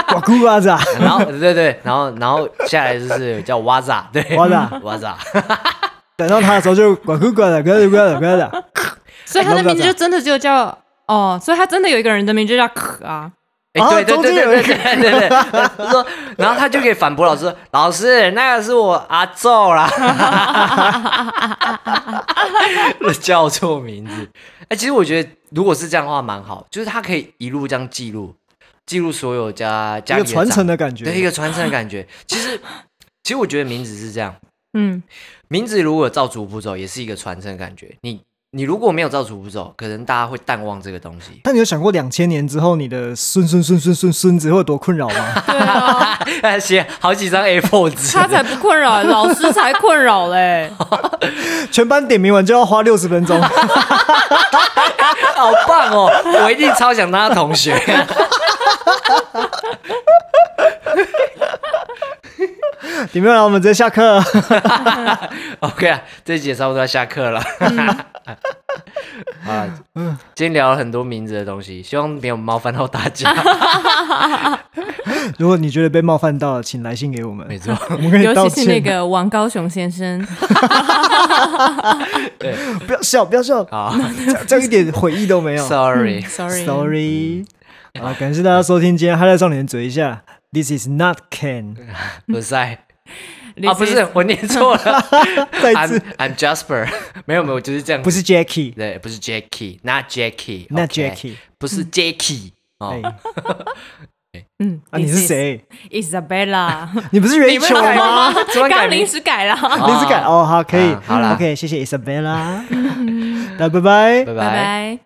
瓜姑瓜子啊，
然后 对对，然后然后下来就是叫哇扎，对
瓜子啊，
哇扎，
等到他的时候就瓜姑瓜子瓜子瓜子瓜子，
所以
哎
他的名字就真的就叫哦，所以他真的有一个人的名字就叫可啊，
哎
啊
对对
中
对
间有
对对
一个
对对对，他说，然后他就可以反驳老师，老师那个是我阿宙啦， 叫错名字。哎，其实我觉得如果是这样的话蛮好，就是他可以一路这样记录，记录所有家
一
家里
个
的
传
长
承的感觉。
对一个传承的感觉。其实其实我觉得名字是这样，
嗯，
名字如果照逐步走，也是一个传承的感觉。你你如果没有照逐步走，可能大家会淡忘这个东西。
那你有想过两千年之后你的孙孙孙孙孙孙子会有多困扰吗？
对啊，
写好几张 A4 纸，
他才不困扰，老师才困扰 嘞。
全班点名完就要花六十分钟，
好棒哦！我一定超想当他同学。
点名完我们直接下课。
OK 啊，这一节差不多要下课了。 好了，今天聊了很多名字的东西，希望没有冒犯到大家。
如果你觉得被冒犯到了，请来信给我们，
没错，
我们跟你哎道
尤其
歉。
是那个王高雄先生，
不要笑，不要笑，
好
这样一点悔意都没有。
，Sorry，
sorry
Sorry，好，感谢大家收听今天《嗨 i 少年嘴一下》，This is not Ken，
不是啊，
This
不是，我念错了。
再次
I'm I'm Jasper，没 有没有，我就是这样。
不是 Jackie，
对，不是 Jackie，not Jackie，
Not
OK 哎
Jackie
不是 Jackie 哦
哎。
嗯，
啊，你是谁？
？Isabella，
你不是
你
袁
们
球
改
吗？
吗？怎么改
刚
名
临时改了，
啊
临时改哦，好，可以
啊，好啦
，OK，谢谢 Isabella，那拜拜
拜
拜拜。